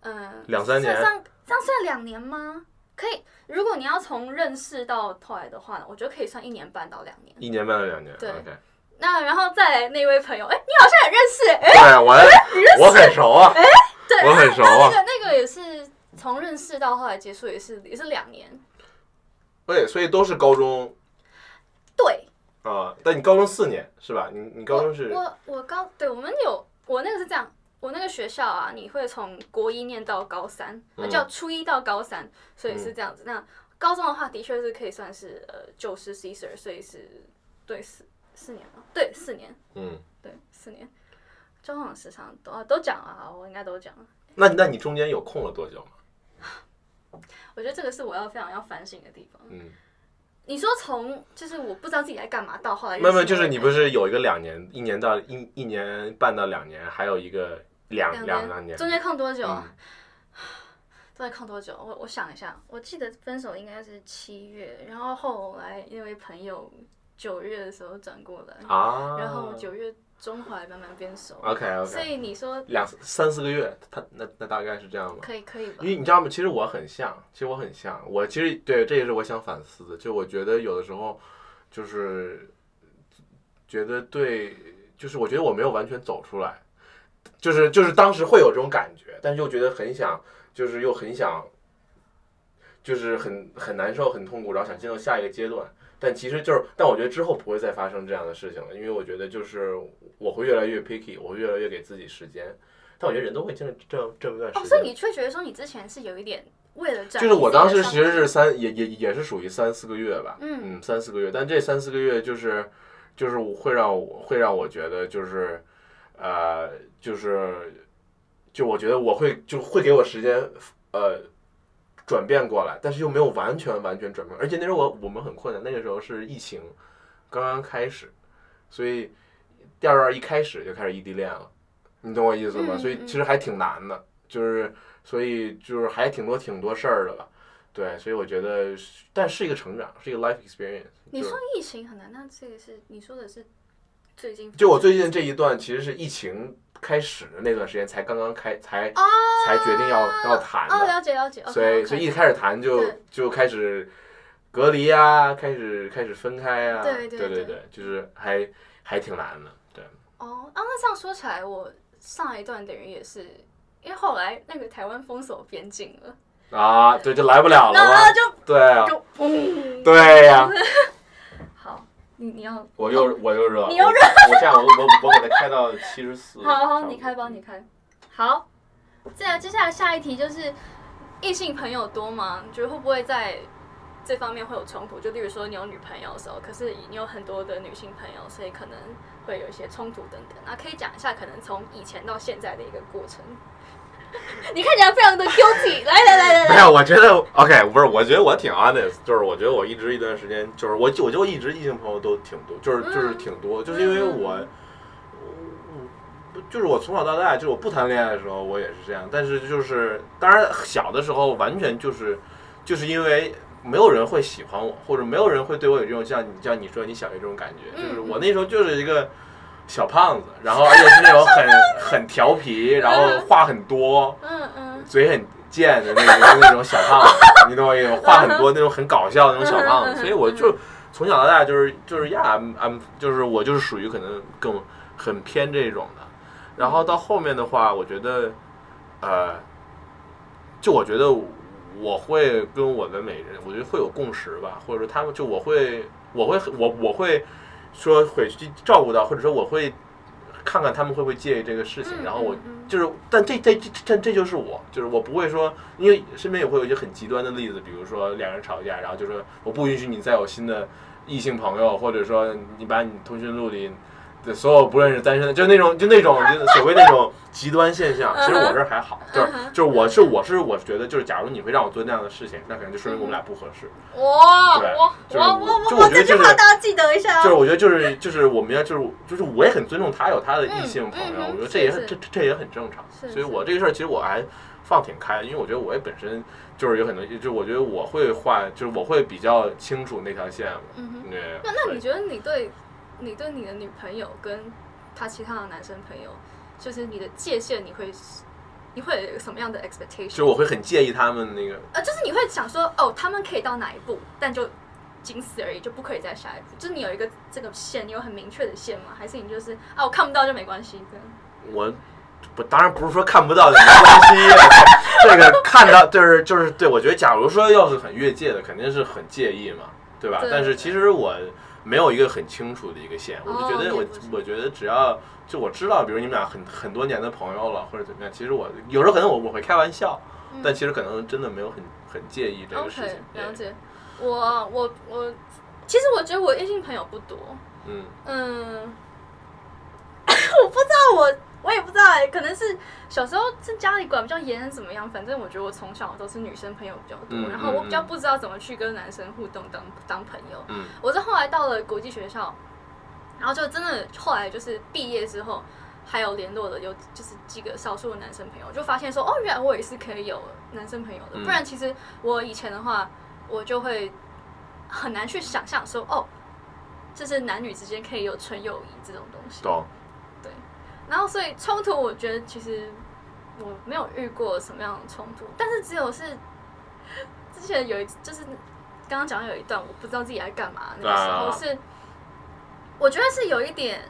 嗯，
两三年
算上这样算两年吗？可以，如果你要从认识到后来的话，我觉得可以算一年半到两年。
一年半到两年
对
，OK。
那然后再来那位朋友，哎、你好像也认识、哎、
对，我我很熟啊，
对，
我很熟
那
啊
那。个那个也是从认识到后来结束，也是也是两年。
对，所以都是高中
对，
啊，但你高中四年是吧？你你高中是
我我我高对，我们有我那个是这样，我那个学校啊，你会从国一念到高三，啊
嗯
叫初一到高三，所以是这样子。那高中的话，的确是可以算是呃九十 Caesar，所以是对四四年吗？对，四年，
嗯，
对四年。交往时长都啊都讲了啊，我应该都讲了。
那那你中间有空了多久吗？
我觉得这个是我要非常要反省的地方。
嗯，
你说从就是我不知道自己在干嘛到后来认
没有
识
没
那个
有，
人，
就是你不是有一个两年，一年到一一年半到两年，还有一个两
两
两两年，
中间空多久啊？
嗯
到底空多久？我我想一下，我记得分手应该是七月，然后后来因为朋友九月的时候转过来，
啊，
然后九月中华慢慢变熟。
OK
所
OK，
以你说
两三四个月，他那那大概是这样吧。
可以可以吧
因？为你知道吗？其实我很像，其实我很像，我其实对这也是我想反思的。就我觉得有的时候，就是觉得对，就是我觉得我没有完全走出来，就是就是当时会有这种感觉，但是又觉得很想，就是又很想，就是很很难受、很痛苦，然后想进入下一个阶段。但其实就是，但我觉得之后不会再发生这样的事情了，因为我觉得就是我会越来越 picky，我会越来越给自己时间。但我觉得人都会经历这这么一段时
哦，
间。
所以你却觉得说你之前是有一点为了转移
就是我当时
自
其
己的
实
伤
是三，也也也是属于三四个月吧，
嗯
嗯，三四个月，但这三四个月就是就是我会让我会让我觉得就是呃就是就我觉得我会就会给我时间呃转变过来，但是又没有完全完全转变，而且那时候我我们很困难，那个时候是疫情刚刚开始，所以第二段一开始就开始异地恋了，你懂我意思吗？
嗯
所以
嗯
其实还挺难的，就是所以就是还挺多挺多事儿的吧。对，所以我觉得是，但是一个成长，是一个 life experience。
你
就是
说疫情很难，那这个是你说的是最近
就我最近这一段，其实是疫情开始的那段时间才刚刚开，才
哦
才决定要要谈
哦，
的，
了解了解，OK，
所以
OK
所以一开始谈就
对
就开始隔离啊，开始开始分开啊，
对
对
对对
对，就是还还挺难的，对，
哦，啊，那这样说起来，我上一段等于也是，因为后来那个台湾封锁边境了，
啊，对，就来不了了
然后
吗？
就
对啊，
就
嗯
砰，
对呀、
好，你你要，
我又我又热，
你又热
我，我这样我我我给它开到七十四，
好好，你开
嗯
吧，你开。好，再来接下来下一题就是，异性朋友多吗？你觉得会不会在这方面会有冲突？就例如说你有女朋友的时候，可是你有很多的女性朋友，所以可能会有一些冲突等等。那可以讲一下，可能从以前到现在的一个过程。
你看起来非常的 guilty，来来来来
没
来，
有，我觉得 OK，不是，我觉得我挺 honest，就是我觉得我一直一段时间，就是我我就一直异性朋友都挺多，就是就是挺多，就是因为我，我我就是我从小到大，就是我不谈恋爱的时候，我也是这样，但是就是当然小的时候完全就是就是因为。没有人会喜欢我，或者没有人会对我有这种像你像你说你小学这种感觉，就是我那时候就是一个小胖子，然后而且是那种很 很调皮，然后话很多，
嗯嗯，
嘴很贱的那种那种小胖子，你懂我意思吗？话很多那种很搞笑的那种小胖子，所以我就从小到大就是就是 呀，I'm I'm- 就是我就是属于可能更很偏这种的。然后到后面的话，我觉得，呃，就我觉得我会跟我的美人，我觉得会有共识吧，或者说他们就我会我会我我会说会去照顾到，或者说我会看看他们会不会介意这个事情，
嗯
然后我
嗯嗯
就是，但这这这这这就是我，就是我不会说，因为身边也会有一些很极端的例子，比如说两人吵架，然后就说我不允许你再有新的异性朋友，或者说你把你通讯录里。的所有不认识单身的，就那种就那种就所谓那种极端现象，其实我这儿还好，就是就是我是我是我觉得就是，假如你会让我做那样的事情，那可能就说明我们俩不合适。
嗯
哇
对
哇
就是
哇
我
哇！
我
就
我
我
这
觉得
句
就是
话大家记得一下
就是
哦。
我觉得就是就是我们要就是就是我也很尊重他有他的异性朋友，
嗯嗯
我觉得这也
是
很这这这也很正常。
是
所以
是
我这个事儿其实我还放挺开的，因为我觉得我也本身就是有很多，就我觉得我会画，就是我会比较清楚那条线。
嗯哼，
对，
那那你
所以
觉得你对你对你的女朋友跟她其他的男生朋友，就是你的界限，你会你会有什么样的
就
expectation？
是我会很介意他们那个，
呃，就是你会想说，哦，他们可以到哪一步，但就仅此而已，就不可以再下一步。就是你有一个这个线，你有很明确的线吗？还是你就是啊，我看不到就没关系这样？
我不当然不是说看不到的没关系， 这个看到就是就是对我觉得，假如说要是很越界的，肯定是很介意嘛，对吧？
对
但是其实我没有一个很清楚的一个线，我就觉
哦
得
你
我、
也不是
我觉得只要就我知道，比如你们俩很很多年的朋友了，或者怎么样，其实我有时候可能我我会开玩笑，
嗯
但其实可能真的没有很很介意这个事
OK，
情。对
了解。我我我，其实我觉得我异性朋友不多，
嗯，
嗯。
我不知道我
我也不知道哎、可能是小时候是家里管比较严，还是怎么样？反正我觉得我从小都是女生朋友比较多，
嗯
然后我比较
嗯嗯
不知道怎么去跟男生互动当当朋友。
嗯
我是后来到了国际学校，然后就真的后来就是毕业之后还有联络的有就是几个少数的男生朋友，就发现说哦，原来我也是可以有男生朋友的，
嗯
不然其实我以前的话，我就会很难去想象说哦，就是男女之间可以有纯友谊这种东西。
懂。
然后所以冲突，我觉得其实我没有遇过什么样的冲突，但是只有是之前有一就是刚刚讲到有一段我不知道自己在干嘛，那个时候
啊
是、我觉得是有一点。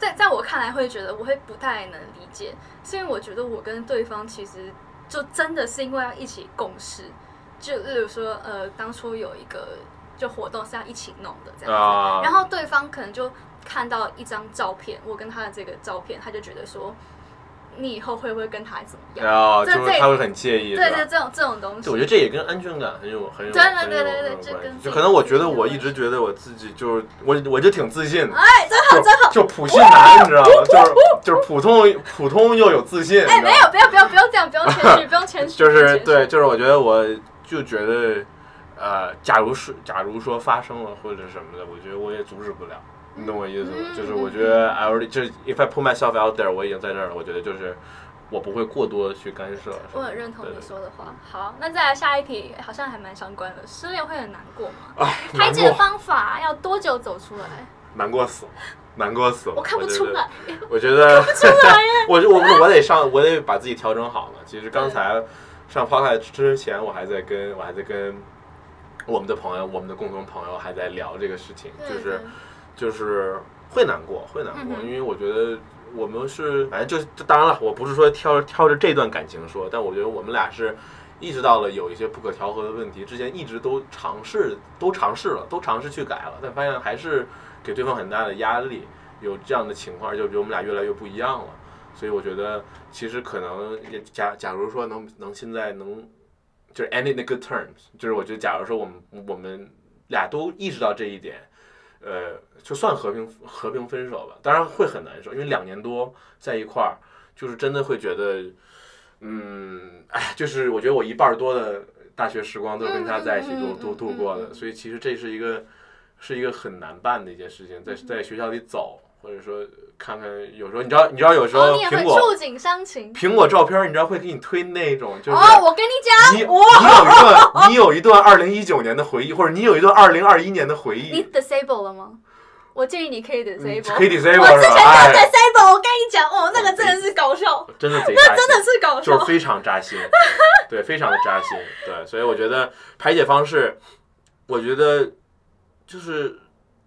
在在我看来，会觉得我会不太能理解，是因为我觉得我跟对方其实就真的是因为要一起共事，就例如说，呃，当初有一个就活动是要一起弄的这样子，
啊
然后对方可能就看到一张照片，我跟他的这个照片，他就觉得说，你以后会不会跟他怎么样？
然后就
这
是
这
他会很介意，
对
是吧
对，这种这种东西，
对，我觉得这也跟安全感很有很有
对对
很有
对对对
很有
这
关
跟
系
自
就
己
可能我
自
觉得
信有
我
关
一
系
直觉得我自己就是我我就挺自信的，
哎，真好
就
真好。
就普信男，你知道吗？就是就是普通普通又有自信，你知道
哎，
吗
没有，不要不要不要这样，不要谦虚，不用谦虚，
就
不用
是
谦虚
对，，就是我觉得我就觉得呃，假如是假如说发生了或者什么的，我觉得我也阻止不了，你懂我意思吗？
嗯
就是我觉得 I already 就是 if I put myself out there，我已经在那儿了，我觉得就是我不会过多地去干涉什么的。
我很认同
对
你
对
说的话。好，那再来下一题，好像还蛮相关的，失恋会很难过吗？
啊，
排
难
解的
过
方法要多久走出来？
难过死了。难过死了。
我看不
觉
出
得
来，
我觉得， 我我我我得上，我得把自己调整好了。其实刚才上 podcast 之前，我还在跟我还在跟我们的朋友，我们的共同朋友还在聊这个事情，
对
就是就是会难过，会难过，
嗯哼
因为我觉得我们是，反正就是这当然了，我不是说挑挑着这段感情说，但我觉得我们俩是。意识到了有一些不可调和的问题，之前一直都尝试，都尝试了，都尝试去改了，但发现还是给对方很大的压力。有这样的情况，就比如我们俩越来越不一样了。所以我觉得，其实可能也假假如说能能现在能就是 end in the good terms，就是我觉得，假如说我们我们俩都意识到这一点，呃，就算和平和平分手吧，当然会很难受，因为两年多在一块儿，就是真的会觉得，嗯，哎，就是我觉得我一半儿多的大学时光都是跟他在一起度
嗯嗯嗯
度
嗯
度过
嗯
的，
嗯
所以其实这是一个是一个很难办的一件事情，在
嗯
在学校里走，或者说看看，有时候你知道你知道有时
哦，
候
你也
苹
会
果。
触景伤情。
苹果照片，你知道会给你推那种，就是
哦，我跟你讲，
你
啊
你有一段你有一段二零一九年的回忆，或者你有一段二零二一年的回
你
忆，
disable 了吗？我建议你可以
你
disable。
可以 disable
我之
是
前
吧？
就在
哎，
Cyber，我跟你讲，哦，那个真的是搞笑，
真的贼扎心，
真的是搞
就是
笑。
非常扎心，对，非常的扎心，对，所以我觉得排解方式，我觉得就是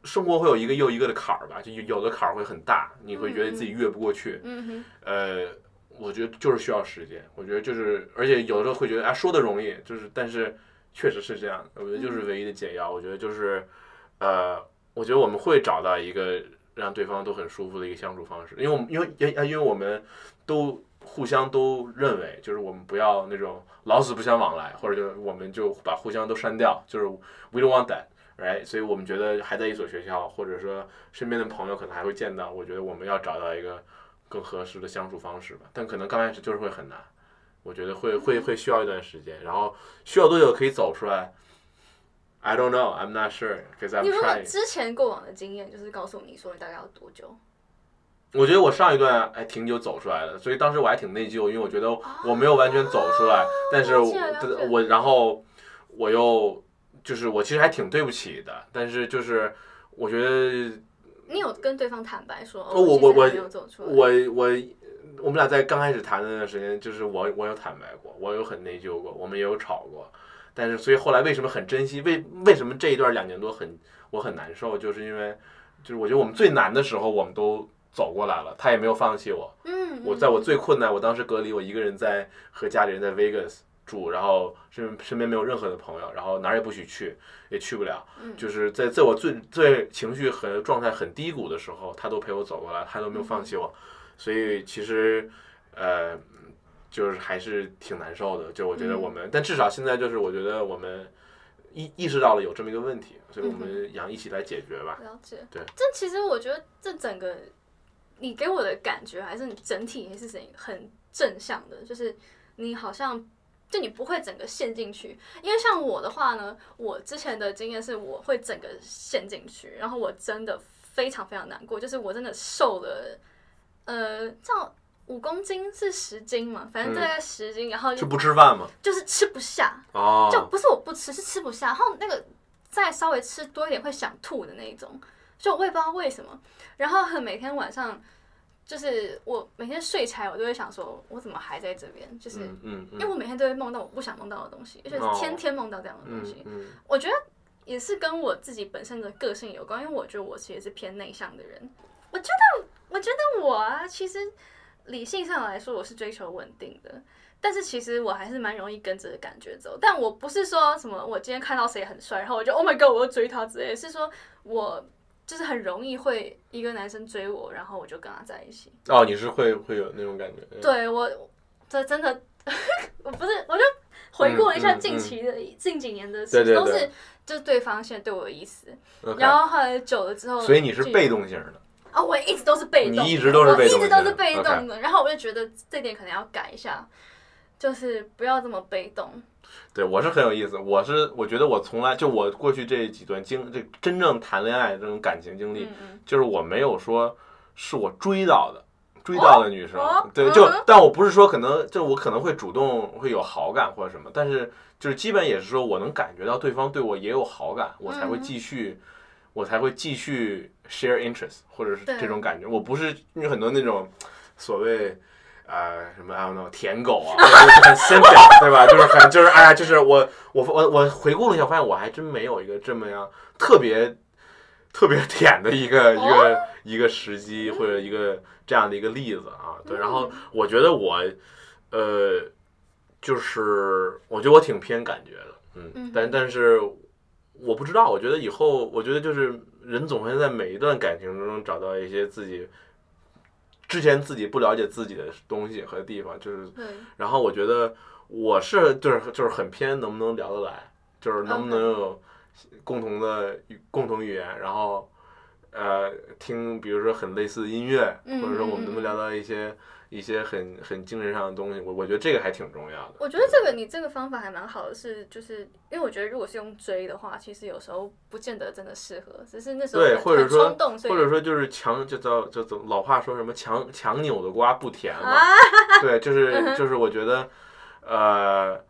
生活会有一个又一个的坎儿吧，就有有的坎儿会很大，你会觉得自己越不过去，
嗯哼，
呃，我觉得就是需要时间。我觉得就是，而且有的时候会觉得啊，说的容易，就是，但是确实是这样。我觉得就是唯一的解药。我觉得就是，呃，我觉得我们会找到一个让对方都很舒服的一个相处方式，因为我们因为因为因为我们都。互相都认为，就是我们不要那种老死不相往来，或者就是我们就把互相都删掉，就是 we don't want that，right？所以我们觉得还在一所学校，或者说身边的朋友可能还会见到，我觉得我们要找到一个更合适的相处方式吧。但可能刚开始就是会很难，我觉得会会会需要一段时间，然后需要多久可以走出来？I don't know, I'm not sure, cause I'm
你如果
trying.
之前过往的经验就是告诉你说你大概要多久？
我觉得我上一段还挺久走出来的，所以当时我还挺内疚，因为我觉得我没有完全走出来，但是
哦了
我
解了解
我然后我又就是我其实还挺对不起的，但是就是我觉得
你有跟对方坦白说，哦
哦我
其实
我我
还没有走出来。
我我我们俩在刚开始谈的那段时间，就是我我有坦白过，我有很内疚过，我们也有吵过，但是所以后来为什么很珍惜？为为什么这一段两年多很我很难受？就是因为就是我觉得我们最难的时候我们都走过来了，他也没有放弃我。
嗯，
我在我最困难，我当时隔离，我一个人在和家里人在 Vegas 住，然后身身边没有任何的朋友，然后哪儿也不许去，也去不了。
嗯
就是在在我最最情绪和状态很低谷的时候，他都陪我走过来，他都没有放弃我。所以其实，呃，就是还是挺难受的。就我觉得我
嗯
们，但至少现在就是我觉得我们意意识到了有这么一个问题，所以
嗯
我们想一起来解决吧。
了解。
对，
这其实我觉得这整个你给我的感觉，还是你整体也是很很正向的，就是你好像就你不会整个陷进去。因为像我的话呢，我之前的经验是我会整个陷进去，然后我真的非常非常难过，就是我真的瘦了，呃，这样五公斤是十斤嘛，反正大概十斤，然后
就不吃饭嘛？
就是吃不下，
哦，
就不是我不吃，是吃不下。然后那个再稍微吃多一点会想吐的那一种，就我也不知道为什么。然后很每天晚上，就是我每天睡起来，我都会想说，我怎么还在这边？就是、
嗯嗯
因为我每天都会梦到我不想梦到的东西，而且
哦
是天天梦到这样的东
嗯
西。
嗯
我觉得也是跟我自己本身的个性有关，因为我觉得我其实是偏内向的人。我觉得，我觉得我啊，其实理性上来说，我是追求稳定的。但是其实我还是蛮容易跟着感觉走，但我不是说什么我今天看到谁很帅，然后我就 Oh my God，我要追他之类的，是说我就是很容易会一个男生追我，然后我就跟他在一起。
哦，你是会会有那种感觉？嗯
对我，这真的， 我不是，我就回顾了一下
嗯嗯
近期的、近几年的
对
事，
对
都
对
是就是对方现在对我有意思，
嗯 OK
然后后来久了之后，
所以你是
就
被动型的，
啊、我一直都是被动的，
你一直都是被动
我一直
型
都
的
是被
OK
动的。然后我就觉得这点可能要改一下，就是不要这么被动。
对我是很有意思。我是我觉得我从来就我过去这几段经这真正谈恋爱这种感情经历，
嗯嗯，
就是我没有说是我追到的。追到的女生，
哦
对，就、
嗯哼
但我不是说可能，就我可能会主动会有好感或者什么，但是就是基本也是说我能感觉到对方对我也有好感，我才会
嗯
继续，我才会继续 share interest，或者是
对
这种感觉。我不是因为很多那种所谓。呃，什么 I don't know，舔狗啊，就是很 simple，对吧？就是很，就是哎呀，就是我，我，我，我回顾了一下，我发现我还真没有一个这么样特别、特别 舔的一个、一个、一个时机或者一个这样的一个例子啊。对，然后我觉得我，呃，就是我觉得我挺偏感觉的，嗯
嗯，
但但是我不知道，我觉得以后，我觉得就是人总会在每一段感情中找到一些自己之前自己不了解自己的东西和地方，就是，
嗯对，
然后我觉得我是就是就是很偏能不能聊得来，就是能不能
嗯
有共同的语共同语言，然后呃听比如说很类似的音乐，
嗯
或者说我们
嗯
能不能聊到一些一些很很精神上的东西，我我觉得这个还挺重要的。
我觉得这个你这个方法还蛮好的是，就是因为我觉得如果是用追的话，其实有时候不见得真的适合，只是那时候
对
很
或者
很
说
冲动，所以
或者说就是强，就叫就怎么老话说什么强强扭的瓜不甜嘛，
啊，
对，就是就是我觉得，呃，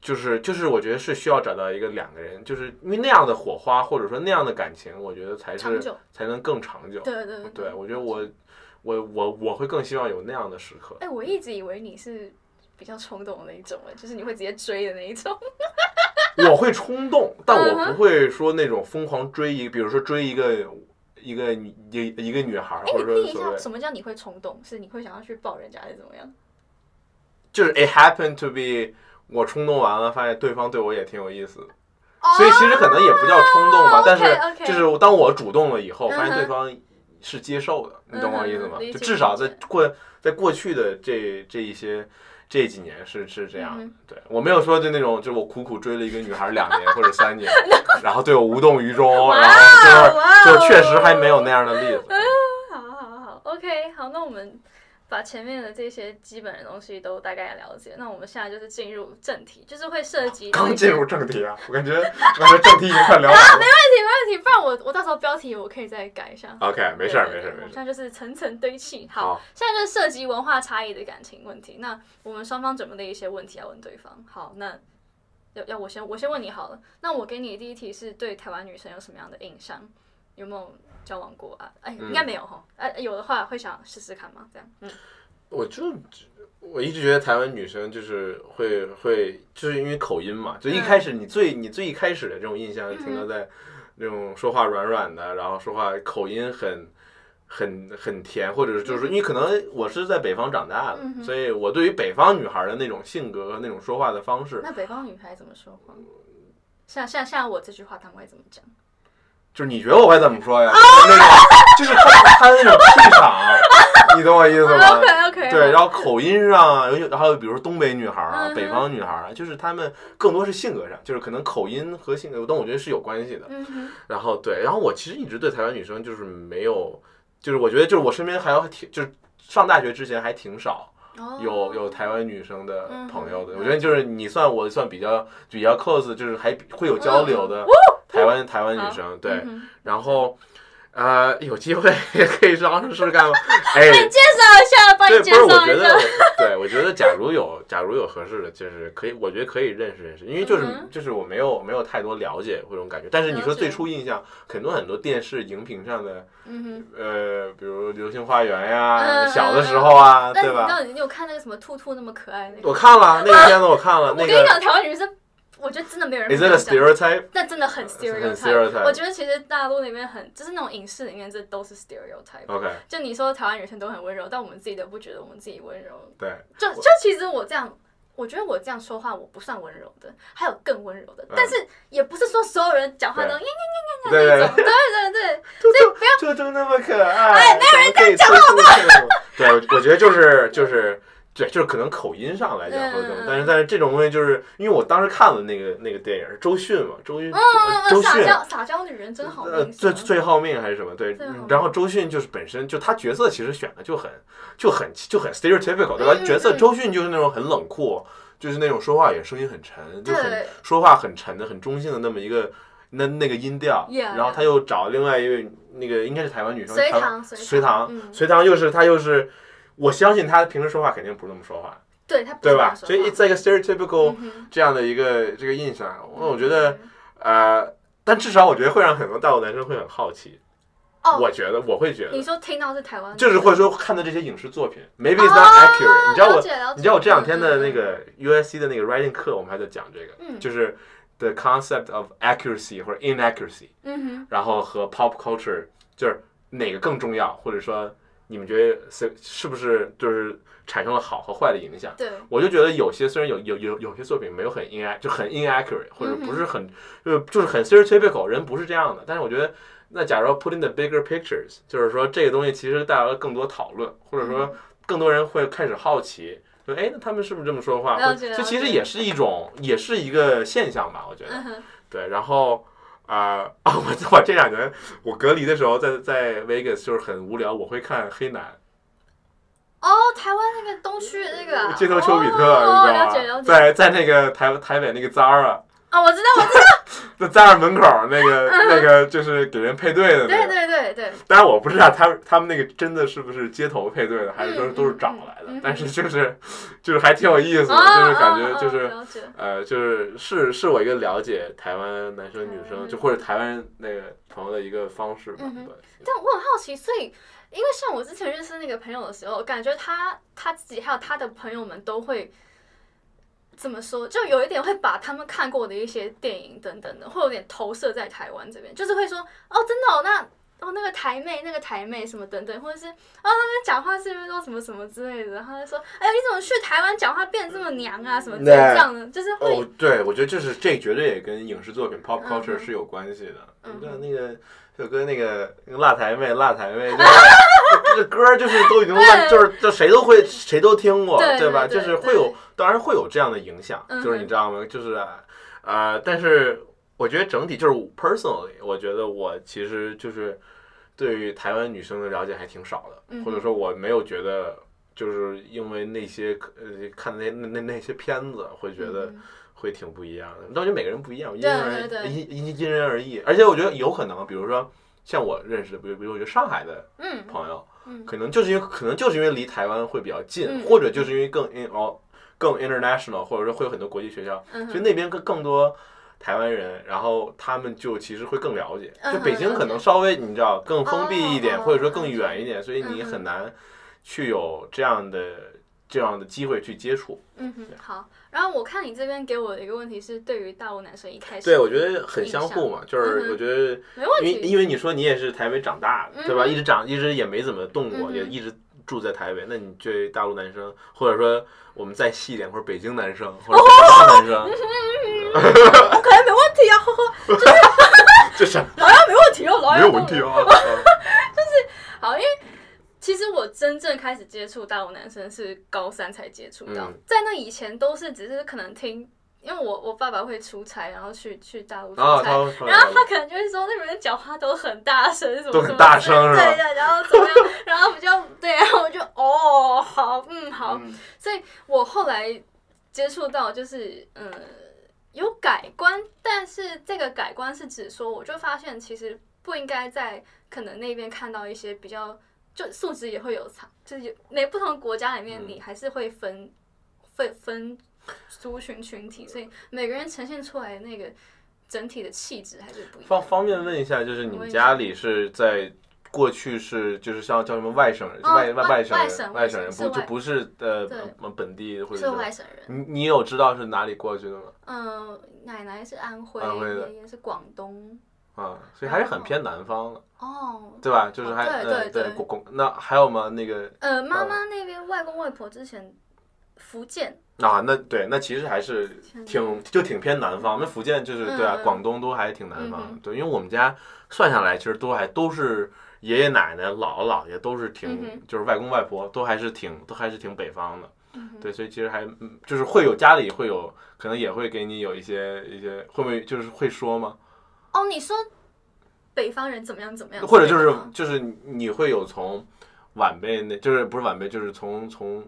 就是就是我觉得是需要找到一个两个人，就是因为那样的火花或者说那样的感情，我觉得才
长
是
久
才能更长久。
对嗯对
对，我觉得我我我我会更希望有那样的时刻。
哎，我一直以为你是比较冲动的那一种，哎，就是你会直接追的那一
哦
种。
我会冲动，但
嗯
我
哼
不会说那种疯狂追一个，比如说追一个一个女一一个女孩儿，
哎，
或
你
者
定
说
一
所
下
谓
什么叫你会冲动？是你会想要去抱人家，还是怎么样？
就是 it happened to be 我冲动完了，发现对方对我也挺有意思的。所以其实可能也不叫冲动吧，但是
哦 OK，OK
就是当我主动了以后，发
嗯
现
哼
对方是接受的，你懂我意思吗
嗯哼？理解
就至少在
理解
过在过去的这这一些这几年是是这样的
嗯。
对我没有说就那种，就我苦苦追了一个女孩两年或者三 年，然后对我无动于衷，
哦
然后
哇
就是就确实还没有那样的例子。
嗯好好好好，OK，好，那我们把前面的这些基本的东西都大概了解。那我们现在就是进入正题，就是会涉及到
刚
一些
进入正题啊，我感觉我感觉正题已经快聊完 了。
问题，不然我我到时候标题我可以再改一下。
OK，没事儿，没事
对
儿，
我
没
们
事儿。
现在就是层层堆砌。好，
好，
现在就是涉及文化差异的感情问题。那我们双方准备的一些问题要问对方。好，那要要我先我先问你好了。那我给你的第一题是对台湾女生有什么样的印象？有没有交往过啊？哎，
嗯
应该没有哈。哎、有的话会想试试看吗？这样，嗯，
我就我一直觉得台湾女生就是会会就是因为口音嘛，
嗯
就一开始你最你最一开始的这种印象停留在那种说话软软的，然后说话口音很。很很甜，或者是就是因为可能我是在北方长大的，
嗯哼
所以我对于北方女孩的那种性格和那种说话的方式，
那北方女孩怎么说话？像像像我这句话，他们会怎么讲？
就是你觉得我会怎么说呀？就是那种就是她她的那种气 场，啊你懂我意思吗
OK OK，
对，然后口音上，尤其还有比如说东北女孩儿啊、
啊嗯哼
北方女孩儿啊，就是她们更多是性格上，就是可能口音和性格，但我觉得是有关系的。
嗯哼，
然后对，然后我其实一直对台湾女生就是没有，就是我觉得就是我身边还有挺就是上大学之前还挺少
哦
有有台湾女生的
嗯哼
朋友的。
嗯
我觉得就是你算我算比较比较 close，就是还会有交流的台湾台湾女生。对，
嗯哼
然后呃有机会 也可以尝试试看吗？哎，
介绍一下，帮
对，
你
不
介
是，我
绍
觉
一
得
下。
我， 对，我觉得假如有，假如有合适的，就是可以，我觉得可以认识认识，因为就是、
嗯哼
就是我没有没有太多了解或者这种感觉，但是你说
了解
最初印象，很多很多电视荧屏上的，
嗯哼。
呃，比如《流星花园》呀，
嗯
小的时候啊，
但
对
你
吧？
到底你有看那个什么兔兔那么可爱那个？
我看了那个片子，我看了
我
那
跟你
个
讲，台湾女生，我觉得真的没有人会
Is
这
it a
样讲，
stereotype？
但真的很
很
stereotype。
stereotype
我觉得其实大陆那边很，就是那种影视里面，这都是 stereotype。
OK，
就你说台湾女生都很温柔，但我们自己都不觉得我们自己温柔。
对，
就就其实我这样，我觉得我这样说话我不算温柔的，还有更温柔的
嗯，
但是也不是说所有人讲话都
对
耶
对对
那
对
种，，对对对，
兔兔那么可爱，
哎
没有人敢讲话对，我我觉得就是就是。对，就是可能口音上来讲或者怎么
嗯嗯，嗯
但是但是这种东西就是因为我当时看了那个那个电影，周迅嘛，周迅，呃
嗯
周
嗯，
迅
撒，娇撒娇女人真好
呃，
命。
最
是吗
最好命还是什么？对
最好命，
然后周迅就是本身就她角色其实选的就很就很就很 stereotypical，对吧？
嗯嗯
角色
嗯
周迅就是那种很冷酷，就是那种说话也声音很沉，就很
对
说话很沉的、很中性的那么一个那那个音调。
Yeah
然后他又找另外一位那个应该是台湾女生，
隋
台
唐
湾
隋
隋
唐
唐，
嗯
隋唐又是她又是，我相信她平时说话肯定不是那么说话，
对，她不
对
是
吧？
这样说
所以
话
it's like a stereotypical
嗯嗯哼
这样的一个这个印象，我我觉得呃，但至少我觉得会让很多大陆男生会很好奇。
哦
我觉得我会觉
你
得，
说听到是台湾的，
就是会说看到这些影视作品，maybe it's
啊
not accurate、你知道我
了解了解
你知道我这两天的那个 USC 的那个 writing 课，我们还在讲这个，
嗯
就是 the concept of accuracy 或者 inaccuracy，
嗯
然后和 pop culture 就是哪个更重要，或者说你们觉得是是不是就是产生了好和坏的影响
哼，？对，
我就觉得有些虽然有有有有些作品没有很 inac 就很 inaccurate，或者不是很、就就是很 stereotypical，人不是这样的，但是我觉得。那假如 put in the bigger pictures，就是说这个东西其实带来了更多讨论，或者说更多人会开始好奇，说哎，那他们是不是这么说话？
了
或
解
者
了
这其实
解
也是一 种，也是一个现象吧，我觉得。
嗯哼，
对，然后啊、 呃啊，我我这两年我隔离的时候在在 Vegas 就是很无聊，我会看黑男
哦，台湾那个东区的那个啊
街头丘比特，
哦，
你知道吗？
了解了解，
在在那个台台北那个 Zara，
哦，我知道，我知道，
那 Zara 门口那个那个就是给人配 对的那
嗯对
个。
对对对，
当然我不知道他们他们那个真的是不是街头配对的，还是说
嗯
都是
嗯
找
嗯
来的
嗯，
但是就是就是还挺有意思的，
哦
就是感
哦
觉
哦
就是。
了解，
呃，就是是是我一个了解台湾男生女生，就或者台湾那个朋友的一个方式吧。
嗯哼
对，
但我很好奇，所以因为像我之前认识那个朋友的时候，感觉他他自己还有他的朋友们都会怎么说，就有一点会把他们看过的一些电影等等的，会有点投射在台湾这边，就是会说哦，真的哦，哦那。哦，那个台妹，那个台妹什么等等，或者是哦，那边讲话是不是都什么什么之类的？然后就说，哎，你怎么去台湾讲话变得这么娘啊？什么这样的，就是会
哦，对，我觉得就是这绝对也跟影视作品 pop
嗯
culture
哼
是有关系的。
嗯哼
你知道那个小哥那个那个辣台妹，辣台妹，这 这歌就是都已经烂，
对
就是就谁都会谁都听过，
对
吧？
对
就
对
是会有，当然会有这样的影响，
嗯哼
就是你知道吗？就是啊呃，但是我觉得整体就是 personally，我觉得我其实就是对于台湾女生的了解还挺少的，
嗯哼
或者说我没有觉得。就是因为那些呃看那那那那些片子，会觉得
嗯
会挺不一样的。但我觉得每个人不一样，因
对
人而
对对
因因因人而异。而且我觉得有可能，比如说像我认识的，比如比如我觉得上海的
嗯
朋友，
嗯
可能就是因为可能就是因为离台湾会比较近，
嗯
或者就是因为更 in 哦更 international，或者说会有很多国际学校，
嗯
所以
哼，
那边更更多。台湾人，然后他们就其实会更了解，
嗯
就北京
了解
可能稍微你知道更封闭一点，
哦哦
或者说更
了解
远一点，所以你
嗯哼
很难去有这样的这样的机会去接触。
嗯哼，好。然后我看你这边给我的一个问题是，对于大陆男生一开始，
对，我觉得很相互嘛，就
嗯
是
哼
我觉得，
没问
因为
题。
因为你说你也是台北长大的，对吧？
嗯哼
一直长，一直也没怎么动过，
嗯哼
也一直住在台北。那你对大陆男生，或者说我们再细一点，或者北京男 生，或者北京男生，
我可能没问 题啊，呵呵，
这是
老杨没问题哦，老
没
杨
有问题啊。
好，因为其实我真正开始接触大陆男生是高三才接触到，
嗯
在那以前都是只是可能听，因为我我爸爸会出差，然后去去大陆出
啊，
差。
他
然后他可能就会说，那边人讲话都很大声，什么
都很大声
什么之类
是吧
对对，然后怎么样？然后我就对，然后我就哦，好，嗯，好，
嗯
所以我后来接触到就是，呃，有改观，但是这个改观是指说，我就发现其实不应该在可能那边看到一些比较，就素质也会有差，就是有每不同国家里面
嗯
你还是会分、分分族群群体，所以每个人呈现出来的那个整体的气质还是不一
方
样。
方便问一下，就是你
我
们
也
家里是在过去是就是像叫什么外省人，
哦
外
外
外省
外
人，
省
外省人
是
不就
外
不是呃
对
本地或者
是
是
外省人，
你你有知道是哪里过去的吗？
嗯、奶奶是安徽，
安徽的
爷爷是广东，
啊，所以还是很偏南方的。啊
哦，
对吧？就是
哦
还、
对
呃
对
对
对
公公那还有吗？那个
呃，妈妈那边外公外婆之前福建，
啊，那对，那其实还是
偏
挺就挺偏南方。那福建就是对啊
嗯嗯，嗯
广东都还挺南方。
嗯哼
对，因为我们家算下来，其实都还都是爷爷奶奶、姥姥姥爷都是挺，
嗯哼
就是外公外婆都还是挺都还是挺北方的。
嗯哼
对，所以其实还嗯就是会有家里会有，可能也会给你有一些一些，会不会就是会说吗？
哦，你说北方人怎么样怎么样，
或者就
之
是
类的吗
就是你会有从晚辈那，就是不是晚辈，就是从从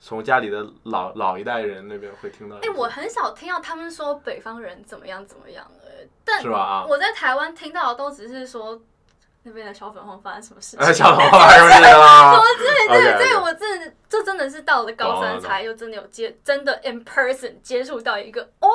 从家里的老老一代人那边会听到一些。
哎，我很少听到他们说北方人怎么样怎么样，呃，但
是吧啊？
我在台湾听到的都只是说那边的小粉红发生什么事
啊，
情。
小朋友是不是啊？
对
OK，OK
对对，我真的这真的是到了高
懂
三
了懂
才又真的有接真的 in person 接触到一个哦，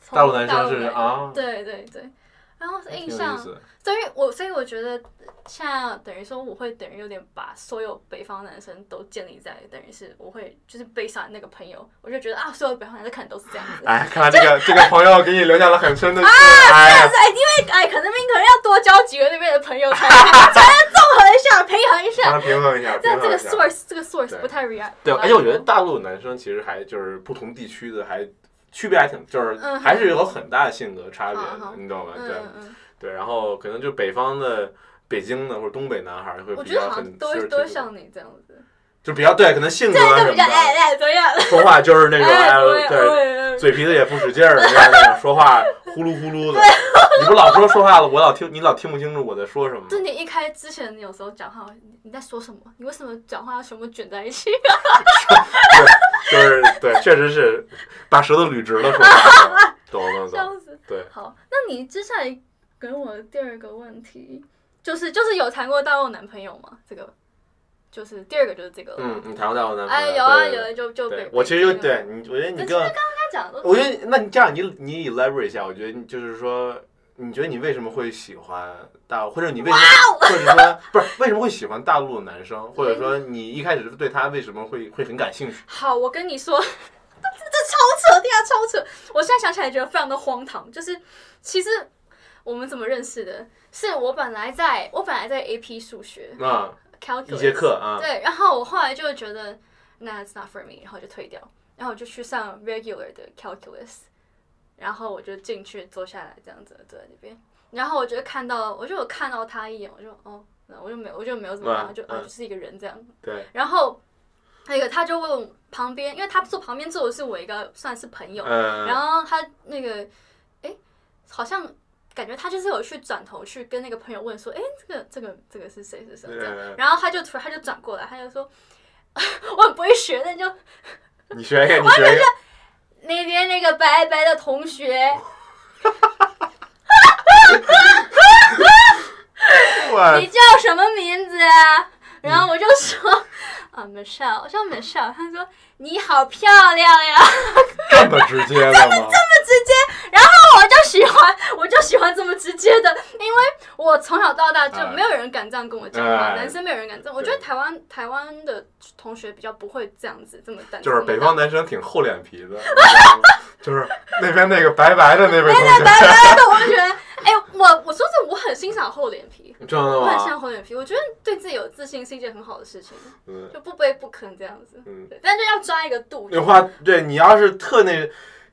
从
大陆男生是
人
啊
对对对。然然后印
挺有
象
意思的。
等于我，所以我觉得现在等于说，我会等于有点把所有北方男生都建立在，等于是我会就是 based on 那个朋友，我就觉得啊，所有北方男生可能都是 这样子。
哎，看来这 个这个朋友给你留下了很深的
啊
哎，
哎，因为哎，可能你可能要
多交几个那边的朋友才
综合一下，平衡一
帮
下。
他 平衡一 下，平
但这
衡一
个
下。
source 这个
对
source 不太 react。
对，哎而且我觉得
嗯
大陆男生其实还就是不同地区的还区别还挺，就是
嗯
还是有很大的性格差别
嗯
的，
哼
你懂吗？
嗯
对
嗯嗯，
对，然后可能就北方的。北京的或者东北男孩会
我
比
觉得
较
好
很
像都会
stereotypical
都会像你这样子，
就比较对，可能性格啊
这个
什么
比较哎
的，
哎，怎么样？
说话就是那种
哎，
哎对，
对对对，
嘴皮子也不使劲儿，这样那种说话呼噜呼噜的。你不老说说话了，我老听你老听不清楚我在说什么吗。
就你一开之前，你有时候讲话，你你在说什么？你为什么讲话全部卷在一起？
就是对，确实是把舌头捋直了说话。懂懂
这
懂，
样子。
对，
好，那你接下来给我的第二个问题，就是就是有谈过大陆男朋友吗？这个就是第二个就是这个了。
嗯，你谈过大陆男朋友？
哎，有啊
对
有
对
啊，就就
对
被
对，我其实就
被这个
对你，我觉得你
那
更，
他讲 的，
我觉得那你这样，你你 elaborate 一下，我觉得你就是说，你觉得你为什么会喜欢大陆，或者你为什么，或者说 不是为什么会喜欢大陆的男生，或者说你一开始对他为什么会会很感兴趣？
好，我跟你说，这这超扯，天啊，超扯！我现在想起来觉得非常的荒唐，就是其实我们怎么认识的？是我本来在我本来在 AP 数学
那
calculus
啊一节课啊，
对，然后我后来就觉得那 it's not for me，然后就退掉，然后我就去上 regular 的 calculus，然后我就进去坐下来这样子坐在那边，然后我就看到，我就有看到他一眼，我就哦，那我就没有，我就没有怎么样，
嗯
就啊
嗯
就是一个人这样，
对，
然后那个他就问我旁边，因为他坐旁边坐的是我一个算是朋友，
嗯，
然后他那个，哎，好像感觉他就是有去转头去跟那个朋友问说，哎，这个这个这个是谁是谁这样，
嗯
然后他就突然他就转过来，他就说， 我很不会学的，你就
你学一个，你学一个，
那边那个白白的同学，
我
你叫什么名字啊？然后我就说，啊，Michelle，我叫 Michelle，他说你好漂亮呀。
这么直接的吗？
我就喜欢，我就喜欢这么直接的，因为我从小到大就
哎
没有人敢这样跟我讲话，
哎
男生没有人敢这样。我觉
对
得台湾台湾的同学比较不会这样子这么单，
就是北 方男生挺厚脸皮的，你知道吗就是那边那个白白的那 位同学，
的，我就觉得，哎，我我说这我很欣赏厚脸皮，
你知道
我很欣
吗？
赏厚脸皮，我觉得对自己有自信是一件很好的事情，
嗯
就不卑不吭这样子，
嗯，
对，但就要抓一个度。
那话对你要是特那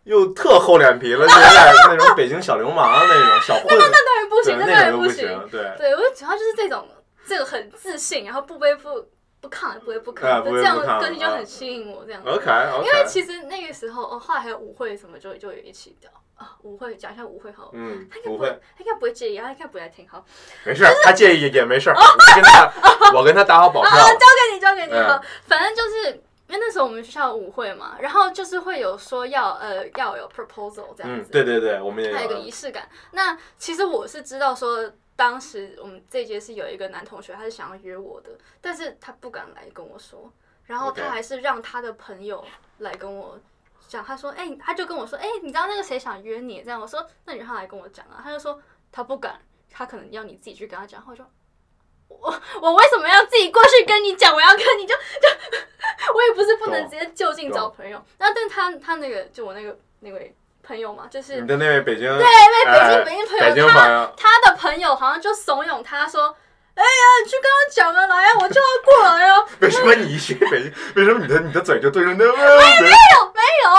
又特厚脸皮了，就有点那种北京小流氓那种小混混，
那当然不
对
行，那当
那
然
种就
不行。
行，对。
对，我主要就是这种这个很自信，然后不卑不不亢，不卑不
哎
亢，
不
就
卑
这样
不亢
东西就
啊
很吸引我这样子。
OK OK，
因为其实那个时候，哦，后来还有舞会什么就就有一起聊啊，舞会讲一下舞会好了。
嗯
他应该
不
不
会，，
他应该不会介意，他应该不会来听好。
没事儿，他介意也没事儿，
哦
我跟他我跟他打好保
啊，
票，
交给你，交给你
嗯
好。反正就是因为那时候我们学校有舞会嘛，然后就是会有说要呃要有 proposal 这样
嗯
子，，
对对对，我们也
还有一个仪
有，
式感。那其实我是知道说，当时我们这一届是有一个男同学，他是想要约我的，但是他不敢来跟我说，然后
OK
他还是让他的朋友来跟我讲，他说，哎、他就跟我说，哎、你知道那个谁想约你？这样我说，那你让他来跟我讲啊，他就说他不敢，他可能要你自己去跟他讲，或者。我我为什么要自己过去跟你讲？我要跟你就就， 我也不是不能
懂
直接就近找朋友。那但他他那个就我那个那位朋友嘛，就是
你的那位北京对
对，哎北京北京朋友，
哎北京
他
朋友，
他的朋友好像就怂恿他说：“哎呀，你去跟他讲啊，来啊，我就要过来哦。
为什么你一学北京，为什么你的你的嘴就对着那位？”
没有，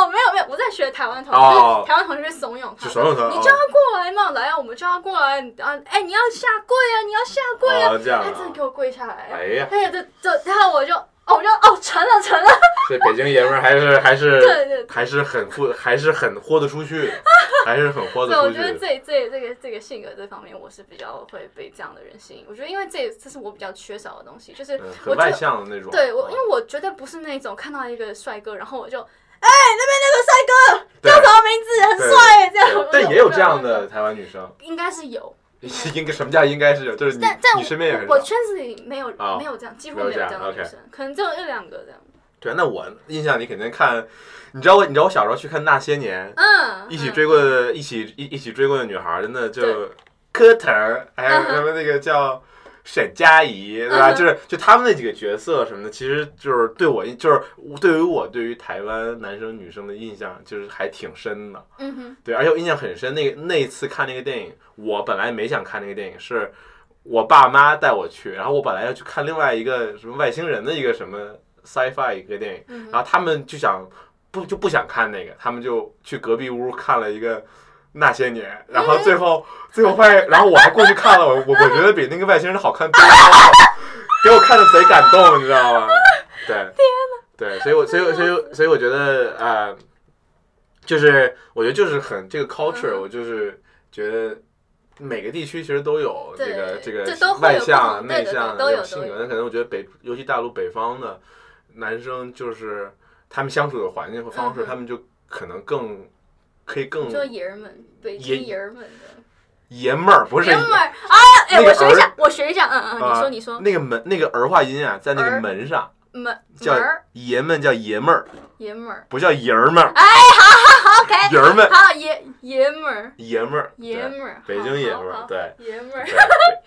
没有，没有，我在学台湾同学，
哦
就是台湾同学怂恿他
就。怂恿他，
你就要过来嘛，来啊，我们就要过来啊！哎、你要下跪啊，你要下跪啊！
哦这样啊
他真的给我跪下来、
哎呀，
哎呀，这这，然后我就，哦，我就，哦，成了，成了，
这北京爷们儿还是还是
对对
还是很 豁，还是很豁得出去，还是很豁
对，
得
我
出
觉得
去。
这这这个这个性格这方面，我是比较会被这样的人吸引。我觉得，因为这这是我比较缺少的东西，就是
嗯，很
我
外
就
向的那种。
对我，
嗯
因为我绝对不是那种看到一个帅哥，然后我就哎
对
什么名字？很
对
帅，这样。
对但也有这样的台湾女生，
应该是有，
应该什么叫应该是有，就是你
但但
你身边也很
我我
少。
圈子里没有
哦
没有这样，几乎
没
没
有
有这
这
样
样
的女生，可能只有一两个这样。
对，那我印象里肯定看，你知道我，你知道我小时候去看《那些年》，
嗯，
一起
嗯
追过的，一起一一起追过的女孩儿，真的就科腾，还有
嗯哼
什么那个叫沈佳宜，对吧？
嗯哼
就是就他们那几个角色什么的，其实就是对我就是对于我对于台湾男生女生的印象，就是还挺深的。
嗯哼，
对，而且我印象很深，那个那一次看那个电影，我本来没想看那个电影，是我爸妈带我去，然后我本来要去看另外一个什么外星人的一个什么 sci-fi 一个电影，
嗯哼
然后他们就想不就不想看那个，他们就去隔壁屋看了一个。那些年，然
嗯
后最后、最后发现，然后我还过去看了， 我我我觉得比那个外星人好看多了，给我看的贼感动，你知道 吗？对，天对，所以我所以我所以
嗯
我所以我觉得呃，就是我觉得就是很这个 culture，、
嗯
我就是觉得每个地区其实都有这
对
个这
这
个
都会有
外
不
向、啊
同对
内
对
向
对都有
这种性
都
格，
有
那可能我觉得北尤其大陆北方的男生就是他们相处的环境和方式，
嗯哼
他们就可能更可以更
就爷儿们，北京爷儿们的
爷们儿，不是
爷们儿啊！哎，
那个
我学一
儿
下，我学一下，嗯嗯，
啊
你说你说，
那个门那个儿化音啊，在那个
儿
门上
门门
叫
儿
爷们叫爷们儿，
爷们儿
不叫爷儿们儿，
，OK，
爷儿们
好爷爷们儿
爷们儿
爷
对
们儿，
北
好
京爷们
好
儿
好
对。
爷们儿，
对，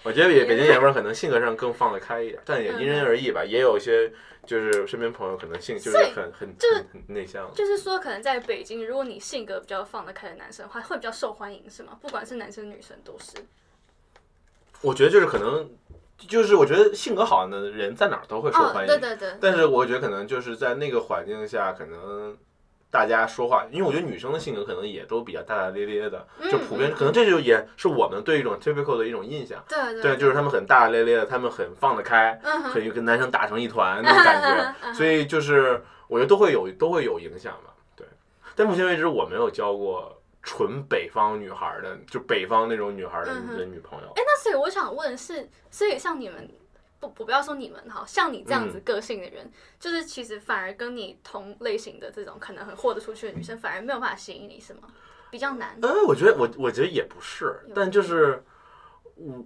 我觉得比北京爷们儿可能性格上更放得开一点，但也因人而异吧。也有一些就是身边朋友可能性就是
嗯所以
很很
就是
很很内向，
就是说可能在北京，如果你性格比较放得开的男生的话，会比较受欢迎，是吗？不管是男生女生都是。
我觉得就是可能就是我觉得性格好的人在哪儿都会受
哦，
欢迎，
对对对，
但是我觉得可能就是在那个环境下，可能大家说话，因为我觉得女生的性格可能也都比较大大咧咧的，
嗯
就普遍
嗯
可能这就也是我们对一种 typical 的一种印象，
对对
对，就是他们很大大咧咧的，他们很放得开，
嗯
可
哼，
以跟男生打成一团那种感觉。
嗯
所以就是我觉得都会有都会有影响吧，对。但目前为止我没有交过纯北方女孩儿的，就北方那种女孩儿的、
嗯哼
的女朋友。
哎， 那所以我想问是，所以像你们不不不要说你们哈，像你这样子个性的人，就是其实反而跟你同类型的这种可能很豁得出去的女生，反而没有办法吸引你，是吗？比较难。
呃，我觉得我我觉得也不是
有，
但就是我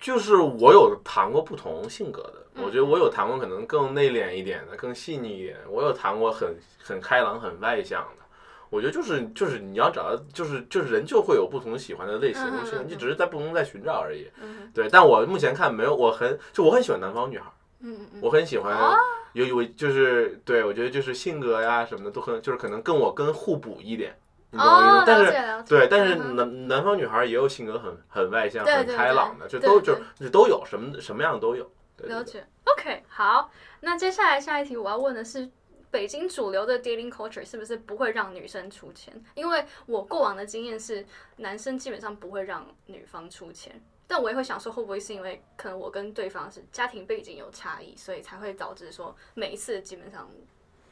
就是我有谈过不同性格的，
嗯
我觉得我有谈过可能更内敛一点的，更细腻一点，我有谈过很很开朗、很外向的。我觉得就是就是你要找到就是就是人就会有不同喜欢的类型，
嗯嗯嗯
你只是在不同在寻找而已。
嗯
对，但我目前看没有，我很就我很喜欢南方女孩儿，
嗯嗯
我很喜欢
哦
有有就是对我觉得就是性格呀什么的都很就是可能跟我跟互补一点，你
嗯。
懂我意思吗？
哦，
但
了
是
解了解。
对，但是
嗯哼
南南方女孩儿也有性格很很外向、
对
很
对
开
对
朗的，就
对
都
对
就就都有什么什么样都有。对对
了
对
解。OK，好，那接下来下一题我要问的是，北京主流的 dating culture 是不是不会让女生出钱？因为我过往的经验是，男生基本上不会让女方出钱。但我也会想说，会不会是因为可能我跟对方是家庭背景有差异，所以才会导致说每一次基本上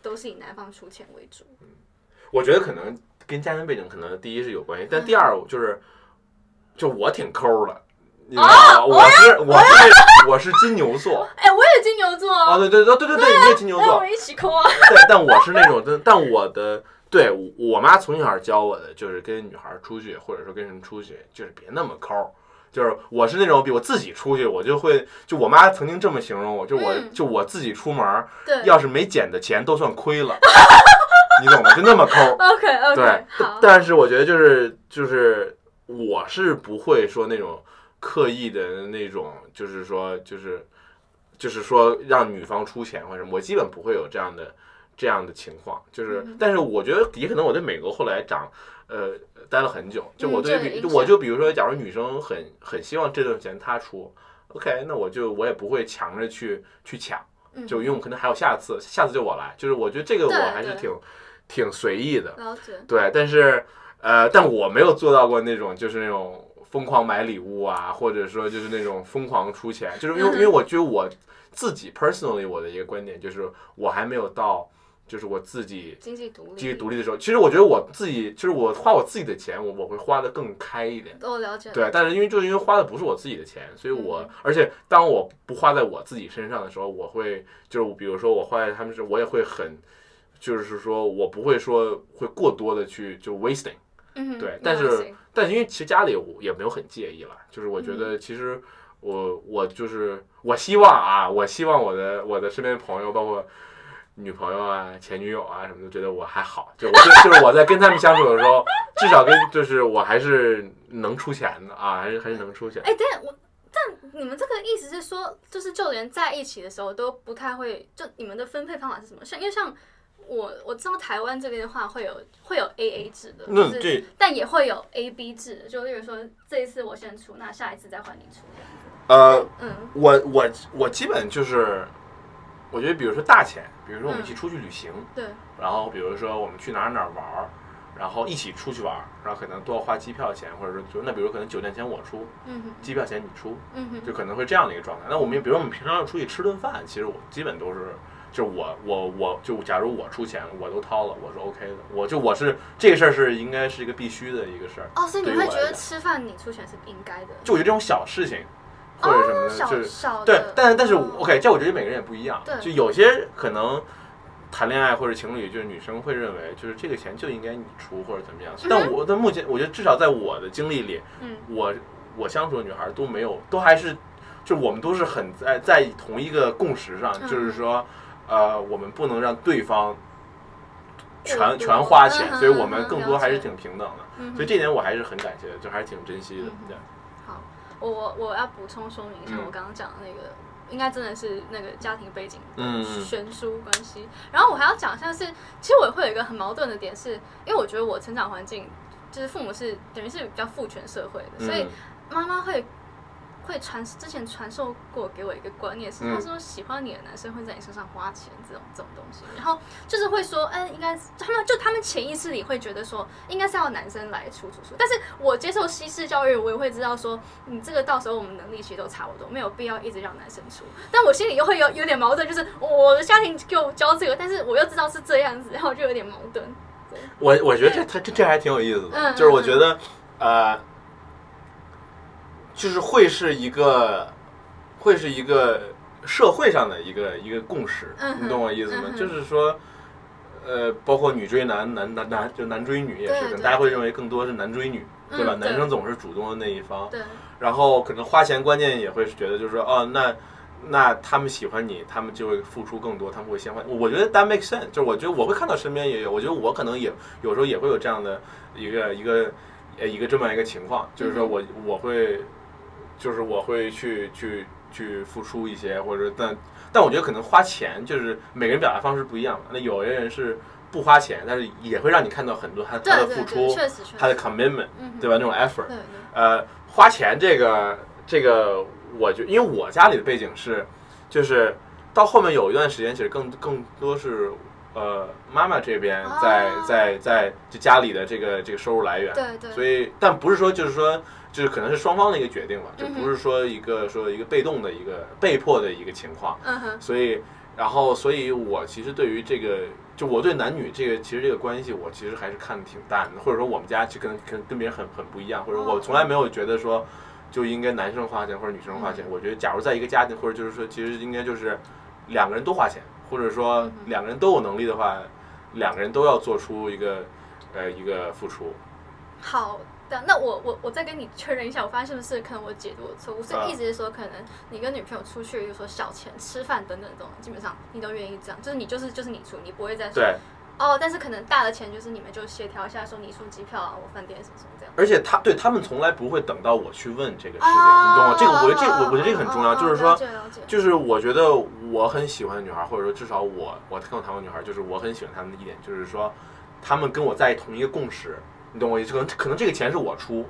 都是以男方出钱为主。
我觉得可能跟家庭背景可能第一是有关系，但第二
嗯
就是就我挺抠的，你知
哦
道吗？我是我是我是金牛座
哎，我也金牛座
啊，
哦，
对对对对对对，你也金牛
那我
座，
们一起抠啊！
但但我是那种，但但我的对我我妈从小教我的就是跟女孩出去，或者说跟人出去，就是别那么抠儿。就是我是那种比我自己出去，我就会就我妈曾经这么形容我，就我、
嗯
就我自己出门儿，
对
要是没捡的钱都算亏了， 你懂吗？就那么抠儿。
，OK OK，
对，
好，
但是我觉得就是就是我是不会说那种刻意的那种，就是说就是就是说让女方出钱或者什么，我基本不会有这样的这样的情况。就是，
嗯
但是我觉得也可能我在美国后来长呃待了很久，就
嗯
我对
这有
比、
影
就
响
我就比如说，假如女生很很希望这顿钱她出。OK，那我就我也不会强着去去抢，
嗯
就因为我们可能还有下次，下次就我来，就是我觉得这个我
对
还是
对
挺挺随意的，
了解，
对，但是呃，但我没有做到过那种就是那种疯狂买礼物啊，或者说就是那种疯狂出钱，就是因为
嗯哼
因为我觉得我自己 personally 我的一个观点就是我还没有到就是我自己
经济独立，
经济独立的时候，其实我觉得我自己就是我花我自己的钱，我我会花的更开一点。
哦，了解，
对，但是因为就是因为花的不是我自己的钱，所以我、而且当我不花在我自己身上的时候，我会就是比如说我花在他们身，我也会很，就是说我不会说会过多的去就 wasting，
嗯哼，
对但
那
是
我行
但是因为其实家里我也没有很介意了，就是我觉得其实我我就是我希望啊，我希望我的我的身边的朋友，包括女朋友啊、前女友啊什么的，觉得我还好，就我就就是我在跟他们相处的时候，至少跟就是我还是
能出钱的啊，还是还是能出钱。
哎、但我但你们这个意思是说，就是就连在一起的时候都不太会，就你们的分配方法是什么？像因为像我我知道台湾这边的话会有会有 A A 制的，
那
就是
这
但也会有 A B 制的，就例如说这一次我先出，那下一次再换你出这样子。
呃，
嗯
我我我基本就是，我觉得比如说大钱，比如说我们一起出去旅行，，
对，
然后比如说我们去哪儿哪儿玩儿，然后一起出去玩儿，然后可能都要花机票钱，或者说就那比如可能酒店钱我出，
嗯哼，
机票钱你出，
嗯哼，
就可能会这样的一个状态。那我们也比如我们平常要出去吃顿饭，其实我基本都是。就我我我就假如我出钱，我都掏了，我是 OK 的。我就我是这个事儿是应该是一个必须的一个事儿。
哦，所以你
对于
会
我
觉
来
得
讲
吃饭你出钱是应该的，
就我觉得这种小事情或者什么的，就
少
是
少
对
的，
但但是我
嗯
OK，这我觉得每个人也不一样。
对
就有些可能谈恋爱或者情侣，就是女生会认为就是这个钱就应该你出或者怎么样。但我但目前我觉得至少在我的经历里，
嗯
我我相处的女孩都没有，都还是就我们都是很在在同一个共识上，
嗯
就是说呃，我们不能让对方。
过
全
多
全花钱，
嗯哼
所以我们
嗯哼
更
了
多还是
解
挺平等的，
嗯哼
所以这点我还是很感谢的，就还是挺珍惜的
嗯。哼
对，
好，我我我要补充说明一下，
嗯
我刚刚讲的那个，应该真的是那个家庭背景
嗯嗯
悬殊关系。然后我还要讲一下是，其实我会有一个很矛盾的点是，因为我觉得我成长环境就是父母是等于是比较父权社会的，所以
嗯
妈妈会。会传之前传授过给我一个观念是，
嗯
他说喜欢你的男生会在你身上花钱这种这种东西，然后就是会说，嗯，应该是他们就他们潜意识里会觉得说，应该是要男生来出主出，但是我接受西式教育，我也会知道说，你这个到时候我们能力其实都差不多，没有必要一直让男生出。但我心里又会有有点矛盾，就是我的家庭给我教这个，但是我又知道是这样子，然后就有点矛盾。
我我觉得这他这这还挺有意思的，
嗯
就是我觉得呃，就是会是一个会是一个社会上的一个一个共识，
嗯哼
你懂我意思吗
嗯？哼
就是说。呃，包括女追男，男男男就男追女也是，
对
可能
对
大家会认为更多是男追女，
嗯
对吧？
对
男生总是主动的那一方，
对，
然后可能花钱观念也会觉得就是说，哦，那那他们喜欢你，他们就会付出更多，他们会先花。我我觉得 that makes sense，就是我觉得我会看到身边也有，我觉得我可能也有时候也会有这样的一个一个呃一个这么一个情况，就是
嗯
说我我会就是我会去去去付出一些，或者但但我觉得可能花钱就是每个人表达方式不一样嘛。那有的人是不花钱，但是也会让你看到很多他他
对
的
对
付
对，
出，
确实确实，
他的 commitment，
嗯，
对
吧？
吧？那种 effort
对。对，
呃，花钱这个这个，我觉因为我家里的背景是，就是到后面有一段时间，其实更更多是呃妈妈这边
哦
在、在在就家里的这个这个收入来源，
对对
所以但不是说就是说。就是可能是双方的一个决定吧，就
嗯哼
不是说一个说一个被动的一个被迫的一个情况，
嗯哼，
所以，然后，所以我其实对于这个，就我对男女这个，其实这个关系，我其实还是看得挺淡的，或者说我们家就跟跟跟别人很很不一样，或者我从来没有觉得说就应该男生花钱或者女生花钱。我觉得，假如在一个家庭，或者就是说，其实应该就是两个人都花钱，或者说
嗯哼
两个人都有能力的话，两个人都要做出一个呃一个付出。
好的，那我我我再跟你确认一下，我发现是不是可能我解读的错误？所
啊
以意思是说，可能你跟女朋友出去，比如说小钱、吃饭等等这种，基本上你都愿意这样，就是你就是就是你出，你不会再说
对，
哦。但是可能大的钱就是你们就协调一下，说你出机票啊，我饭店什么什么这样。
而且他对他们从来不会等到我去问这个事情，
啊
你懂吗？这个我觉得这我我觉得这个很重要，
哦
就是说
了。解了解，
就是我觉得我很喜欢的女孩，或者说至少我我跟我谈过的女孩，就是我很喜欢她们的一点，就是说她们跟我在同一个共识，你懂我意思？可能可能这个钱是我出，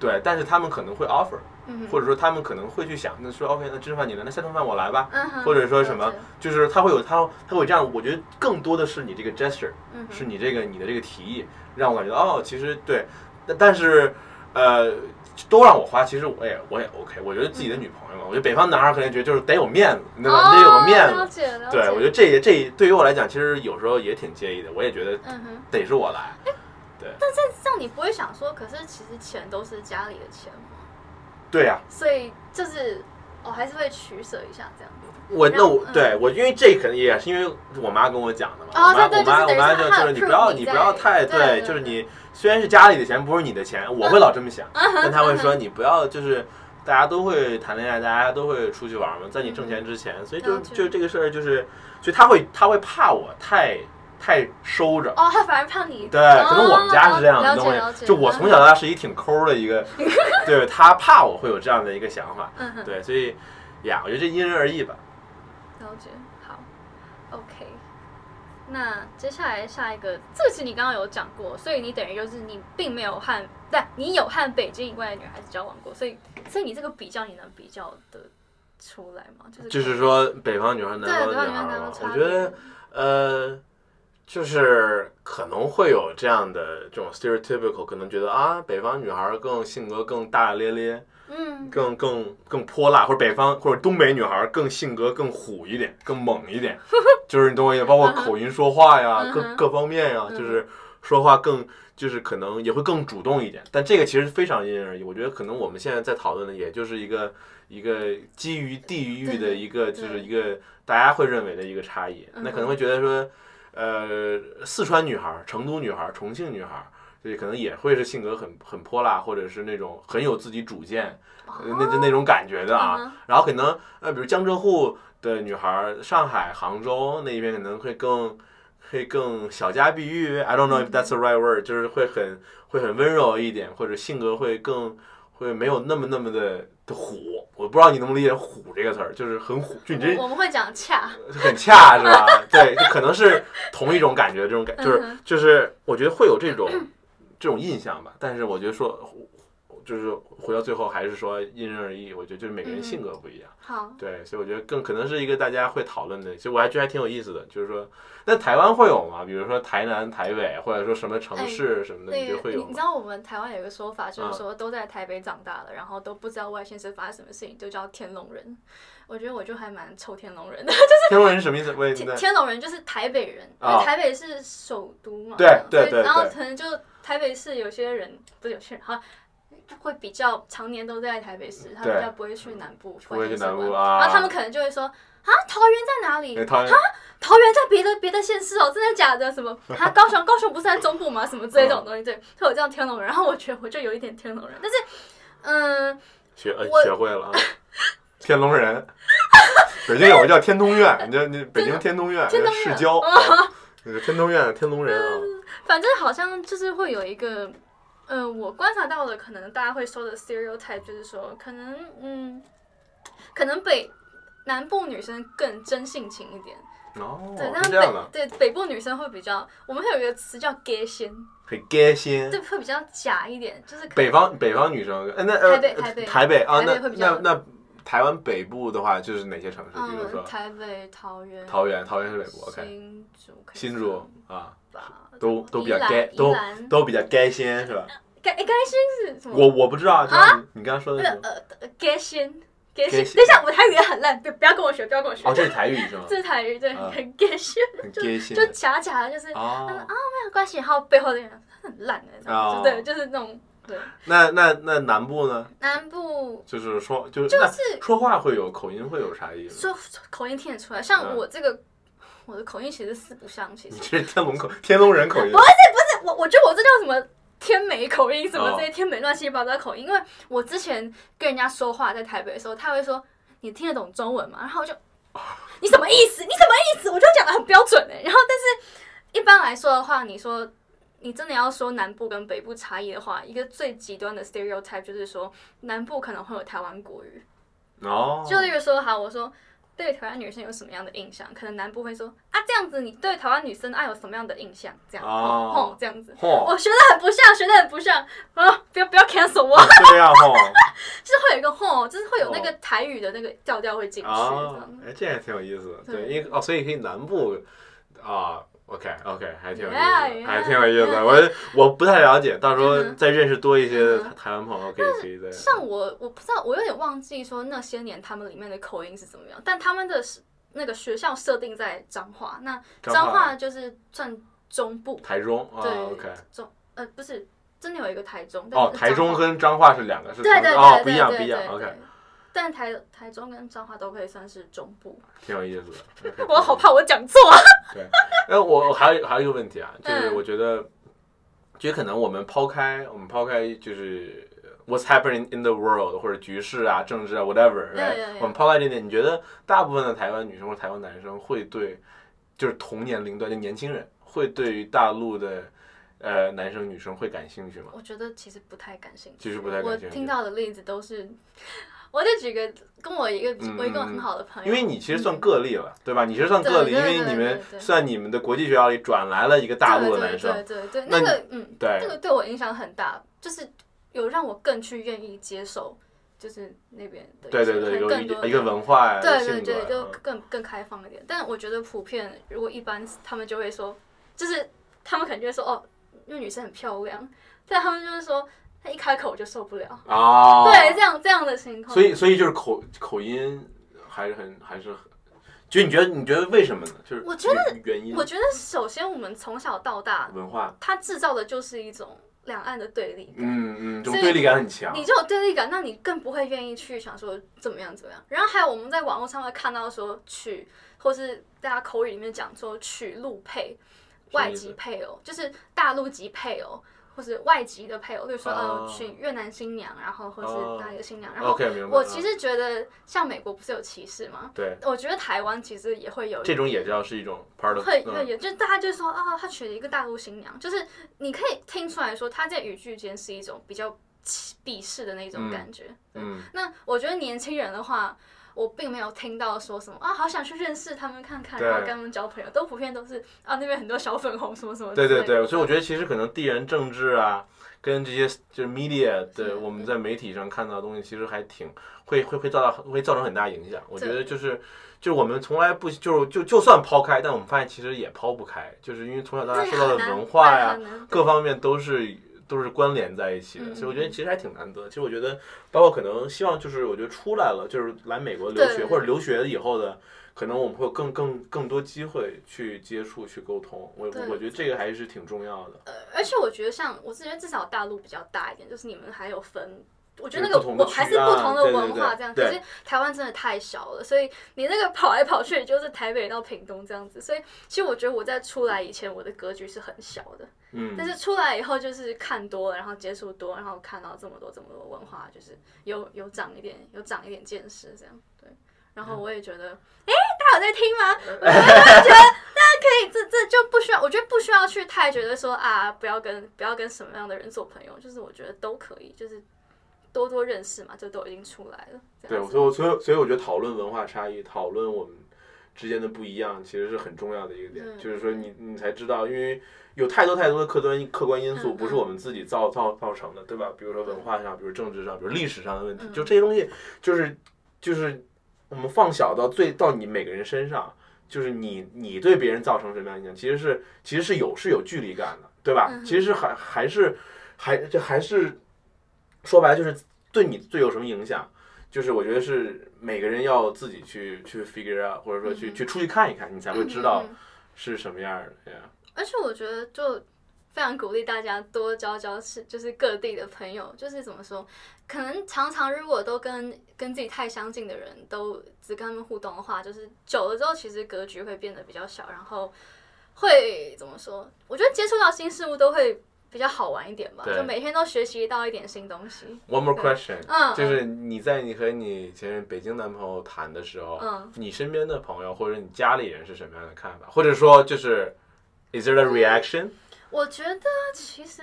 对，但是她们可能会 offer，
嗯
或
哼，
者说她们可能会去想，那说 OK，那吃饭你来，那下顿饭我来吧，
嗯哼，
或者说什
了
么
解，
就是她会有她她会有这样，我觉得更多的是你这个 gesture，
嗯哼
是你这个你的这个提议，让我感觉到哦，其实对，但但是呃，都让我花，其实我也我也 OK。我觉得自己的女朋友嘛，我觉得北方男孩可能觉得就是得有面子，对吧？你得有个面
嗯哦了
子。
解了解。
对，我觉得这也这也对于我来讲，其实有时候也挺介意的。我也觉得
嗯哼，
得是我来，
这样你不会想说，可是其实钱都是家里的钱嘛，
对呀、
所以就是我、哦、还是会取舍一下这样。
我
然
那
后
我
嗯
对我，因为这可能也是因为我妈跟我讲的嘛。
哦
我妈
对
我
对
妈
就
我
是
妈
等于
就是
她
就是你不要
approve
你
你
不要
在
太
对对
就是
对
你虽然是家里的钱不是你的钱，我会老这么想，
嗯
但她会说你不要就是。大家都会谈恋爱，大家都会出去玩嘛，在你挣钱之前，所以就
嗯了解
就这个事儿就是，所以她会她会怕我太太收着。
哦，他反而怕你
对，可能我们家是这样的
哦
东
了解了
西。
解
就我从小到大是一挺抠的一 个，对他怕我会有这样的一个想法，
嗯哼，
对，所以呀，我觉得这因人而异吧。
了解，好，OK。那接下来下一个，这个是你刚刚有讲过，所以你等于就是你并没有和，但你有和北京以外的女孩子交往过，所以所以你这个比较你能比较的出来吗？就是
就是说，北方女孩、
对
南方
北方
女
女
孩
孩男
嘛
方，差
啊我
别
觉得呃，就是可能会有这样的这种 stereotypical，可能觉得啊，北方女孩更性格更大大咧咧，
嗯
更更更泼辣，或者北方或者东北女孩更性格更虎一点，更猛一 点，就是你懂我意思，包括口音说话呀，
嗯
各
哼
各方面呀，就是说话更就是可能也会更主动一点，但这个其实非常因人而异。我觉得可能我们现在在讨论的，也就是一个一个基于地域的
对
一个就是
对
一个大家会认为的一个差异，
嗯哼
那可能会觉得说，呃，四川女孩、成都女孩、重庆女孩。对，可能也会是性格很很泼辣，或者是那种很有自己主见，呃那那那种感觉的啊。
嗯哼
然后可能呃，比如江浙沪的女孩儿，上海、杭州那一边可能会更会更小家碧玉，I don't know if that's the right word，、就是会很会很温柔一点，或者性格会更会没有那么那么的的虎。我不知道你能不能理解“虎”这个词儿，就是很虎，就你这
我们会讲恰，
很恰是吧？ 对，就可能是同一种感觉，这种感就是
嗯哼
就是，我觉得会有这种这种印象吧。但是我觉得说，就是回到最后还是说因人而异。我觉得就是每个人性格不一样，
好，
对，所以我觉得更可能是一个大家会讨论的。其实我还觉得还挺有意思的，就是说，那台湾会有吗？比如说台南、台北，或者说什么城市什么的，你
那
觉得
个
会
你
有
哎你知
吗？
道我们台湾有一个说法，就
嗯
是说都在台北长大了，然后都不知道外县市发生什么事情，就叫天龙人。我觉得我就还蛮臭天龙人的。
天龙人是什么意思？我也
天天龙人就是台北人，因
啊
为台北是首都嘛。
对对
所以
对
然后
对
可能就台北市有些人不是有些人哈。会比较常年都在台北市，他
对
们比较不会去南部，
不会去
外县市玩
南部啊哎
然后他们可能就会说啊，桃园在哪里？
桃园
桃园在别的别的县市哦，真的假的？什 么？他高雄，高雄不是在中部吗？什么之类这种东西，对，所以我叫天龙人。然后我觉得我就有一点天龙人，但是，嗯，
学呃
我
学会了啊，天龙人。北京有个叫天通苑，你这你北京天通苑
天通
市
苑哦嗯
郊，啊那个天通苑天龙人啊。
反正好像就是会有一个，呃，我观察到的，可能大家会说的 stereotype 就是说，可能，嗯，可能北南部女生更真性情一点，
哦
对，，但
是
是
这样的，
北对北部女生会比较，我们会有一个词叫 gay 仙，
很开心
就。会比较假一点，就是可
北方北方女生，呃那呃
台北台北
台北啊，
台北
那
会比
那
较
那台湾北部的话，就是哪些城市？比如
嗯，
说
台北、桃园、
桃园，桃园是北部，OK，
新竹可以
新
算
竹啊，
吧，
都都比较
宜兰
gay，
宜
都
兰
都比较开心是吧？
该该先是什么？
我我不知道，
啊
就是你你刚刚说
那
的是
个
什么？
呃呃该先该先，
该先
等一下，我台语也很烂，不不要跟我学，不要跟我学。
哦，这是台语是吗？
这台语对，
啊
很该先
很开心
就假假的，就是没
哦。
有关系，还有背后的人很烂的那
哦
种，对，就是那种对。
那那那南部呢？
南部
就是说，就是
就
那
是
说话会有口音，会有啥意思？
说口音听得出来，像
嗯
我这个我的口音其实四不像，其
你
实
这是天龙口天龙人口音
不我我觉得我这叫什么天美口音，什么
哦
这些天美乱七八糟的口音。因为我之前跟人家说话在台北的时候，他会说你听得懂中文吗？然后我就你什么意思？你什么意思？我就讲的很标准哎、然后但是一般来说的话，你说。你真的要说南部跟北部差异的话，一个最极端的 stereotype 就是说南部可能会有台湾国语，
哦，
就例如说，好，我说对台湾女生有什么样的印象？可能南部会说啊，这样子你对台湾女生啊有什么样的印象？这样，
哦
哦，吼这样子，
嚯，
我学的很不像，学的很不像啊！不要不要 cancel 我，
就这样 哦嚯。
就是会有一个吼，就是会有那个台语的那个调调会进去。这
哦
样，
哎，这还挺有意思的。对，
对
因为哦，所以可以南部啊，OK OK，还挺有意思
Yeah,
还
yeah,
挺有意思的。我我不太了解，到时候
嗯哼
再认识多一些
嗯哼
台湾朋友，可以可以再。
像我，我不知道，我有点忘记说那些年他们里面的口音是怎么样，但他们的是那个学校设定在彰化，那彰化就是算中部，
台中啊
对
，OK，
中呃不是，真的有一个台中，但
哦，
是
台
彰
中
化
跟彰化是两个是
对对
同
对
哦，
对
不一样
对
不一样
对对
，OK，
但台台中跟彰化都可以算是中部。
挺有意思的。OK，
我好怕我讲错啊！
对，哎，我我还有还有一个问题啊，就是
嗯
我觉得，就可能我们抛开我们抛开就是 what's happening in the world 或者局势啊、政治啊 whatever，、
对对对
我们抛开这点，你觉得大部分的台湾女生或者台湾男生会对就是同年龄段就年轻人会对于大陆的呃男生女生会感兴趣吗？
我觉得其实不太感兴趣。
其实不太感兴趣
我听到的例子都是， 我就举个跟我一个
嗯
我一个很好的朋友，
因为你其实算个例了，对吧？你其实算个例，
哎嗯对
因
对
为你
对对
们
对
算你们的国际学校里转来了一个大陆的男
对
生，
对对对，
那
那个嗯，
对
这个对我影响很大，就是有让我更去愿意接受，就是那边的一
对
些
对对，
可能
有
更
一
多
个
的
一个文化
对
性
对
格
对，就
嗯
更更开放一点。但我觉得普遍，如果一般，他们就会说，就是他们可能就会说，哦，因为女生很漂亮，但他们就是说，她一开口我就受不了。
啊，
对，这样这样的情况。
所以所以就是口口音还是很还是很，就你觉得你觉得为什么呢？就是
我觉
得原因
我觉得，首先我们从小到大，
文化，
它制造的就是一种两岸的对立感。
嗯嗯，这种
所以
对立感很强，
你就有对立感，那你更不会愿意去想说怎么样怎么样。然后还有我们在网络上会看到说娶，或是大家口语里面讲说娶陆配、
什么
外
意思
籍配偶，就是大陆籍配偶或是外籍的配偶，比如说
哦
呃娶越南新娘，然后或
哦
是哪里的新娘。然后
OK 明白。
我
嗯
其实觉得，像美国不是有歧视吗？
对
我觉得台湾其实也会有
这种也叫是一种 part of，
会
嗯
会有，就大家就说啊，他娶了一个大陆新娘，就是你可以听出来说，他在语句间是一种比较歧鄙视的那种
嗯
感觉。
嗯，
那我觉得年轻人的话，我并没有听到说什么啊，好想去认识他们看看，
对
然后跟他们交朋友，都普遍都是啊那边很多小粉红什么什么之
对
类的。
对对，所以我觉得其实可能地缘政治啊，跟这些就是 media
是
的我们在媒体上看到的东西，其实还挺会会会造到会造成很大影响。我觉得
对
就是就是我们从来不就是就就算抛开，但我们发现其实也抛不开，就是因为从小到大
那也
受啊到
很
的
难，
文化呀、
对很难
各方面都是都是关联在一起的，
嗯
所以我觉得其实还挺难得。其实我觉得，包括可能希望就是我觉得出来了，就是来美国留
对
学
对
或者留学以后的，可能我们会有更更更多机会去接触去沟通。我
对
我觉得这个还是挺重要的。
呃，而且我觉得像我是觉得至少大陆比较大一点，就是你们还有分。我觉得那
有
个
不同
文
的
还
区
是
啊
不同的
对对
文化
对
这样，
对
可是台湾真的太小了，所以你那个跑来跑去就是台北到屏东这样子，所以其实我觉得我在出来以前我的格局是很小的，
嗯，
但是出来以后就是看多了，然后接触多，然后看到这么多这么多文化，就是有有长一点，有长一点见识这样。对，然
嗯
后我也觉得，哎、大家有在听吗？ 我就觉得大家可以，这这就不需要，我觉得不需要去太觉得说啊，不要跟不要跟什么样的人做朋友，就是我觉得都可以，就是多多认识嘛，就都已经出来了。这
对，
样
所
子
以我所以所以我觉得讨论文化差异，讨论我们之间的不一样，其实是很重要的一个点。
嗯
就是说你你才知道，因为有太多太多的客观客观因素
嗯
不是我们自己造造造成的，对吧？比如说文化上，比如政治上，比如历史上的问题，
嗯
就这些东西，就是就是我们放小到最到你每个人身上。就是你，你对别人造成什么样的影响，其实是其实是有是有距离感的，对吧？
嗯哼
其实是还还是还这还是说白了就是对你最有什么影响，就是我觉得是每个人要自己去去 figure out，或者说去、
嗯
去出去看一看，你才会知道是什么样儿的。呀。
而且我觉得就非常鼓励大家多交交是就是各地的朋友，就是怎么说，可能常常如果都跟跟自己太相近的人都只跟他们互动的话，就是久了之后其实格局会变得比较小，然后会怎么说？我觉得接触到新事物都会比较好玩一点吧，
对
就每天都学习到一点新东西。
One more question，、
嗯
就是你在你和你前任北京男朋友谈的时候，
嗯
你身边的朋友或者你家里人是什么样的看法，或者说就是 is there a reaction？
我觉得其实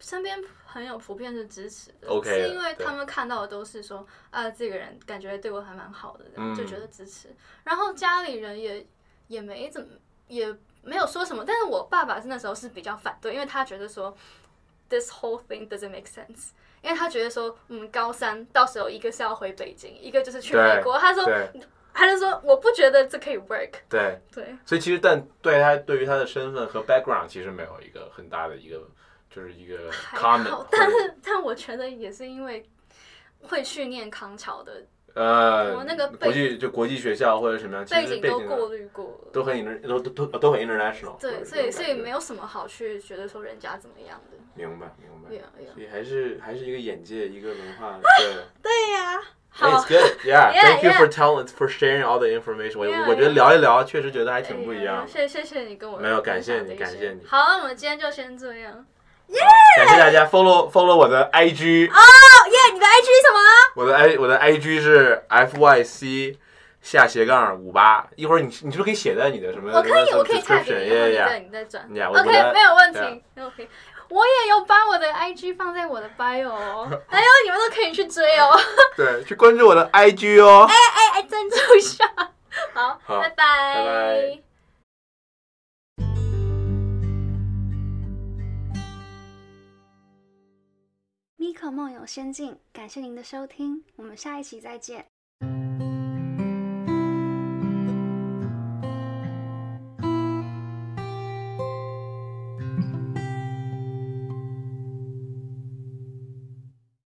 身边朋友普遍是支持的
OK
是因为
对
他们看到的都是说啊，这个人感觉对我还蛮好的，这样、
嗯
就觉得支持。然后家里人也也没怎么也没有说什么，但是我爸爸是那时候是比较反对，因为他觉得说 this whole thing doesn't make sense。因为他觉得说，嗯，高三到时候一个是要回北京，一个就是去美
对
国。他嗯说，
对
他就说，我不觉得这可以 work。
对，
对，
所以其实但对他对于他的身份和 background 其实没有一个很大的一个就是一个
还
comment，
好
或，者
但是但我觉得也是因为会去念康桥的
呃，
我那个背
国际就国际学校或者什么样，其
背
实
景
背
都
景啊
过滤过了，
都很 inter 都都都都很 international，
对，所以所以没
有
有什么好去觉得说人家怎么样的，
明白明白
对呀对呀
所以还是还是一个眼界，一个文 化。对哎
对呀、
，It's
好，
good, yeah.
Yeah,
Thank you
yeah.
for telling for sharing all the information. 我
Yeah,
我觉得
yeah.
聊一聊，确实觉得还挺不一样的。
哎谢谢谢你跟我
没有感谢你
分享这
感谢
些
你
好，那我们今天就先这样。
感谢大家 follow follow 我的
啊
IG，
哦耶！你的 IG 是什么？
我的 i 我的 IG 是 fyc 下斜杠五八，一会儿你你是不是可以写在你的什么？
我可以，我可以 tag 你，然后
description，yeah
你
yeah
再你再转。
yeah，我
OK，没有问题
yeah。
OK，我也有把我的 IG 放在我的 bio 哦，哎呦，你们都可以去追哦，
对，去关注我的 IG 哦。
哎哎，赞助一下。好，
好
拜
拜拜
米可梦游仙境，感谢您的收听，我们下一期再见。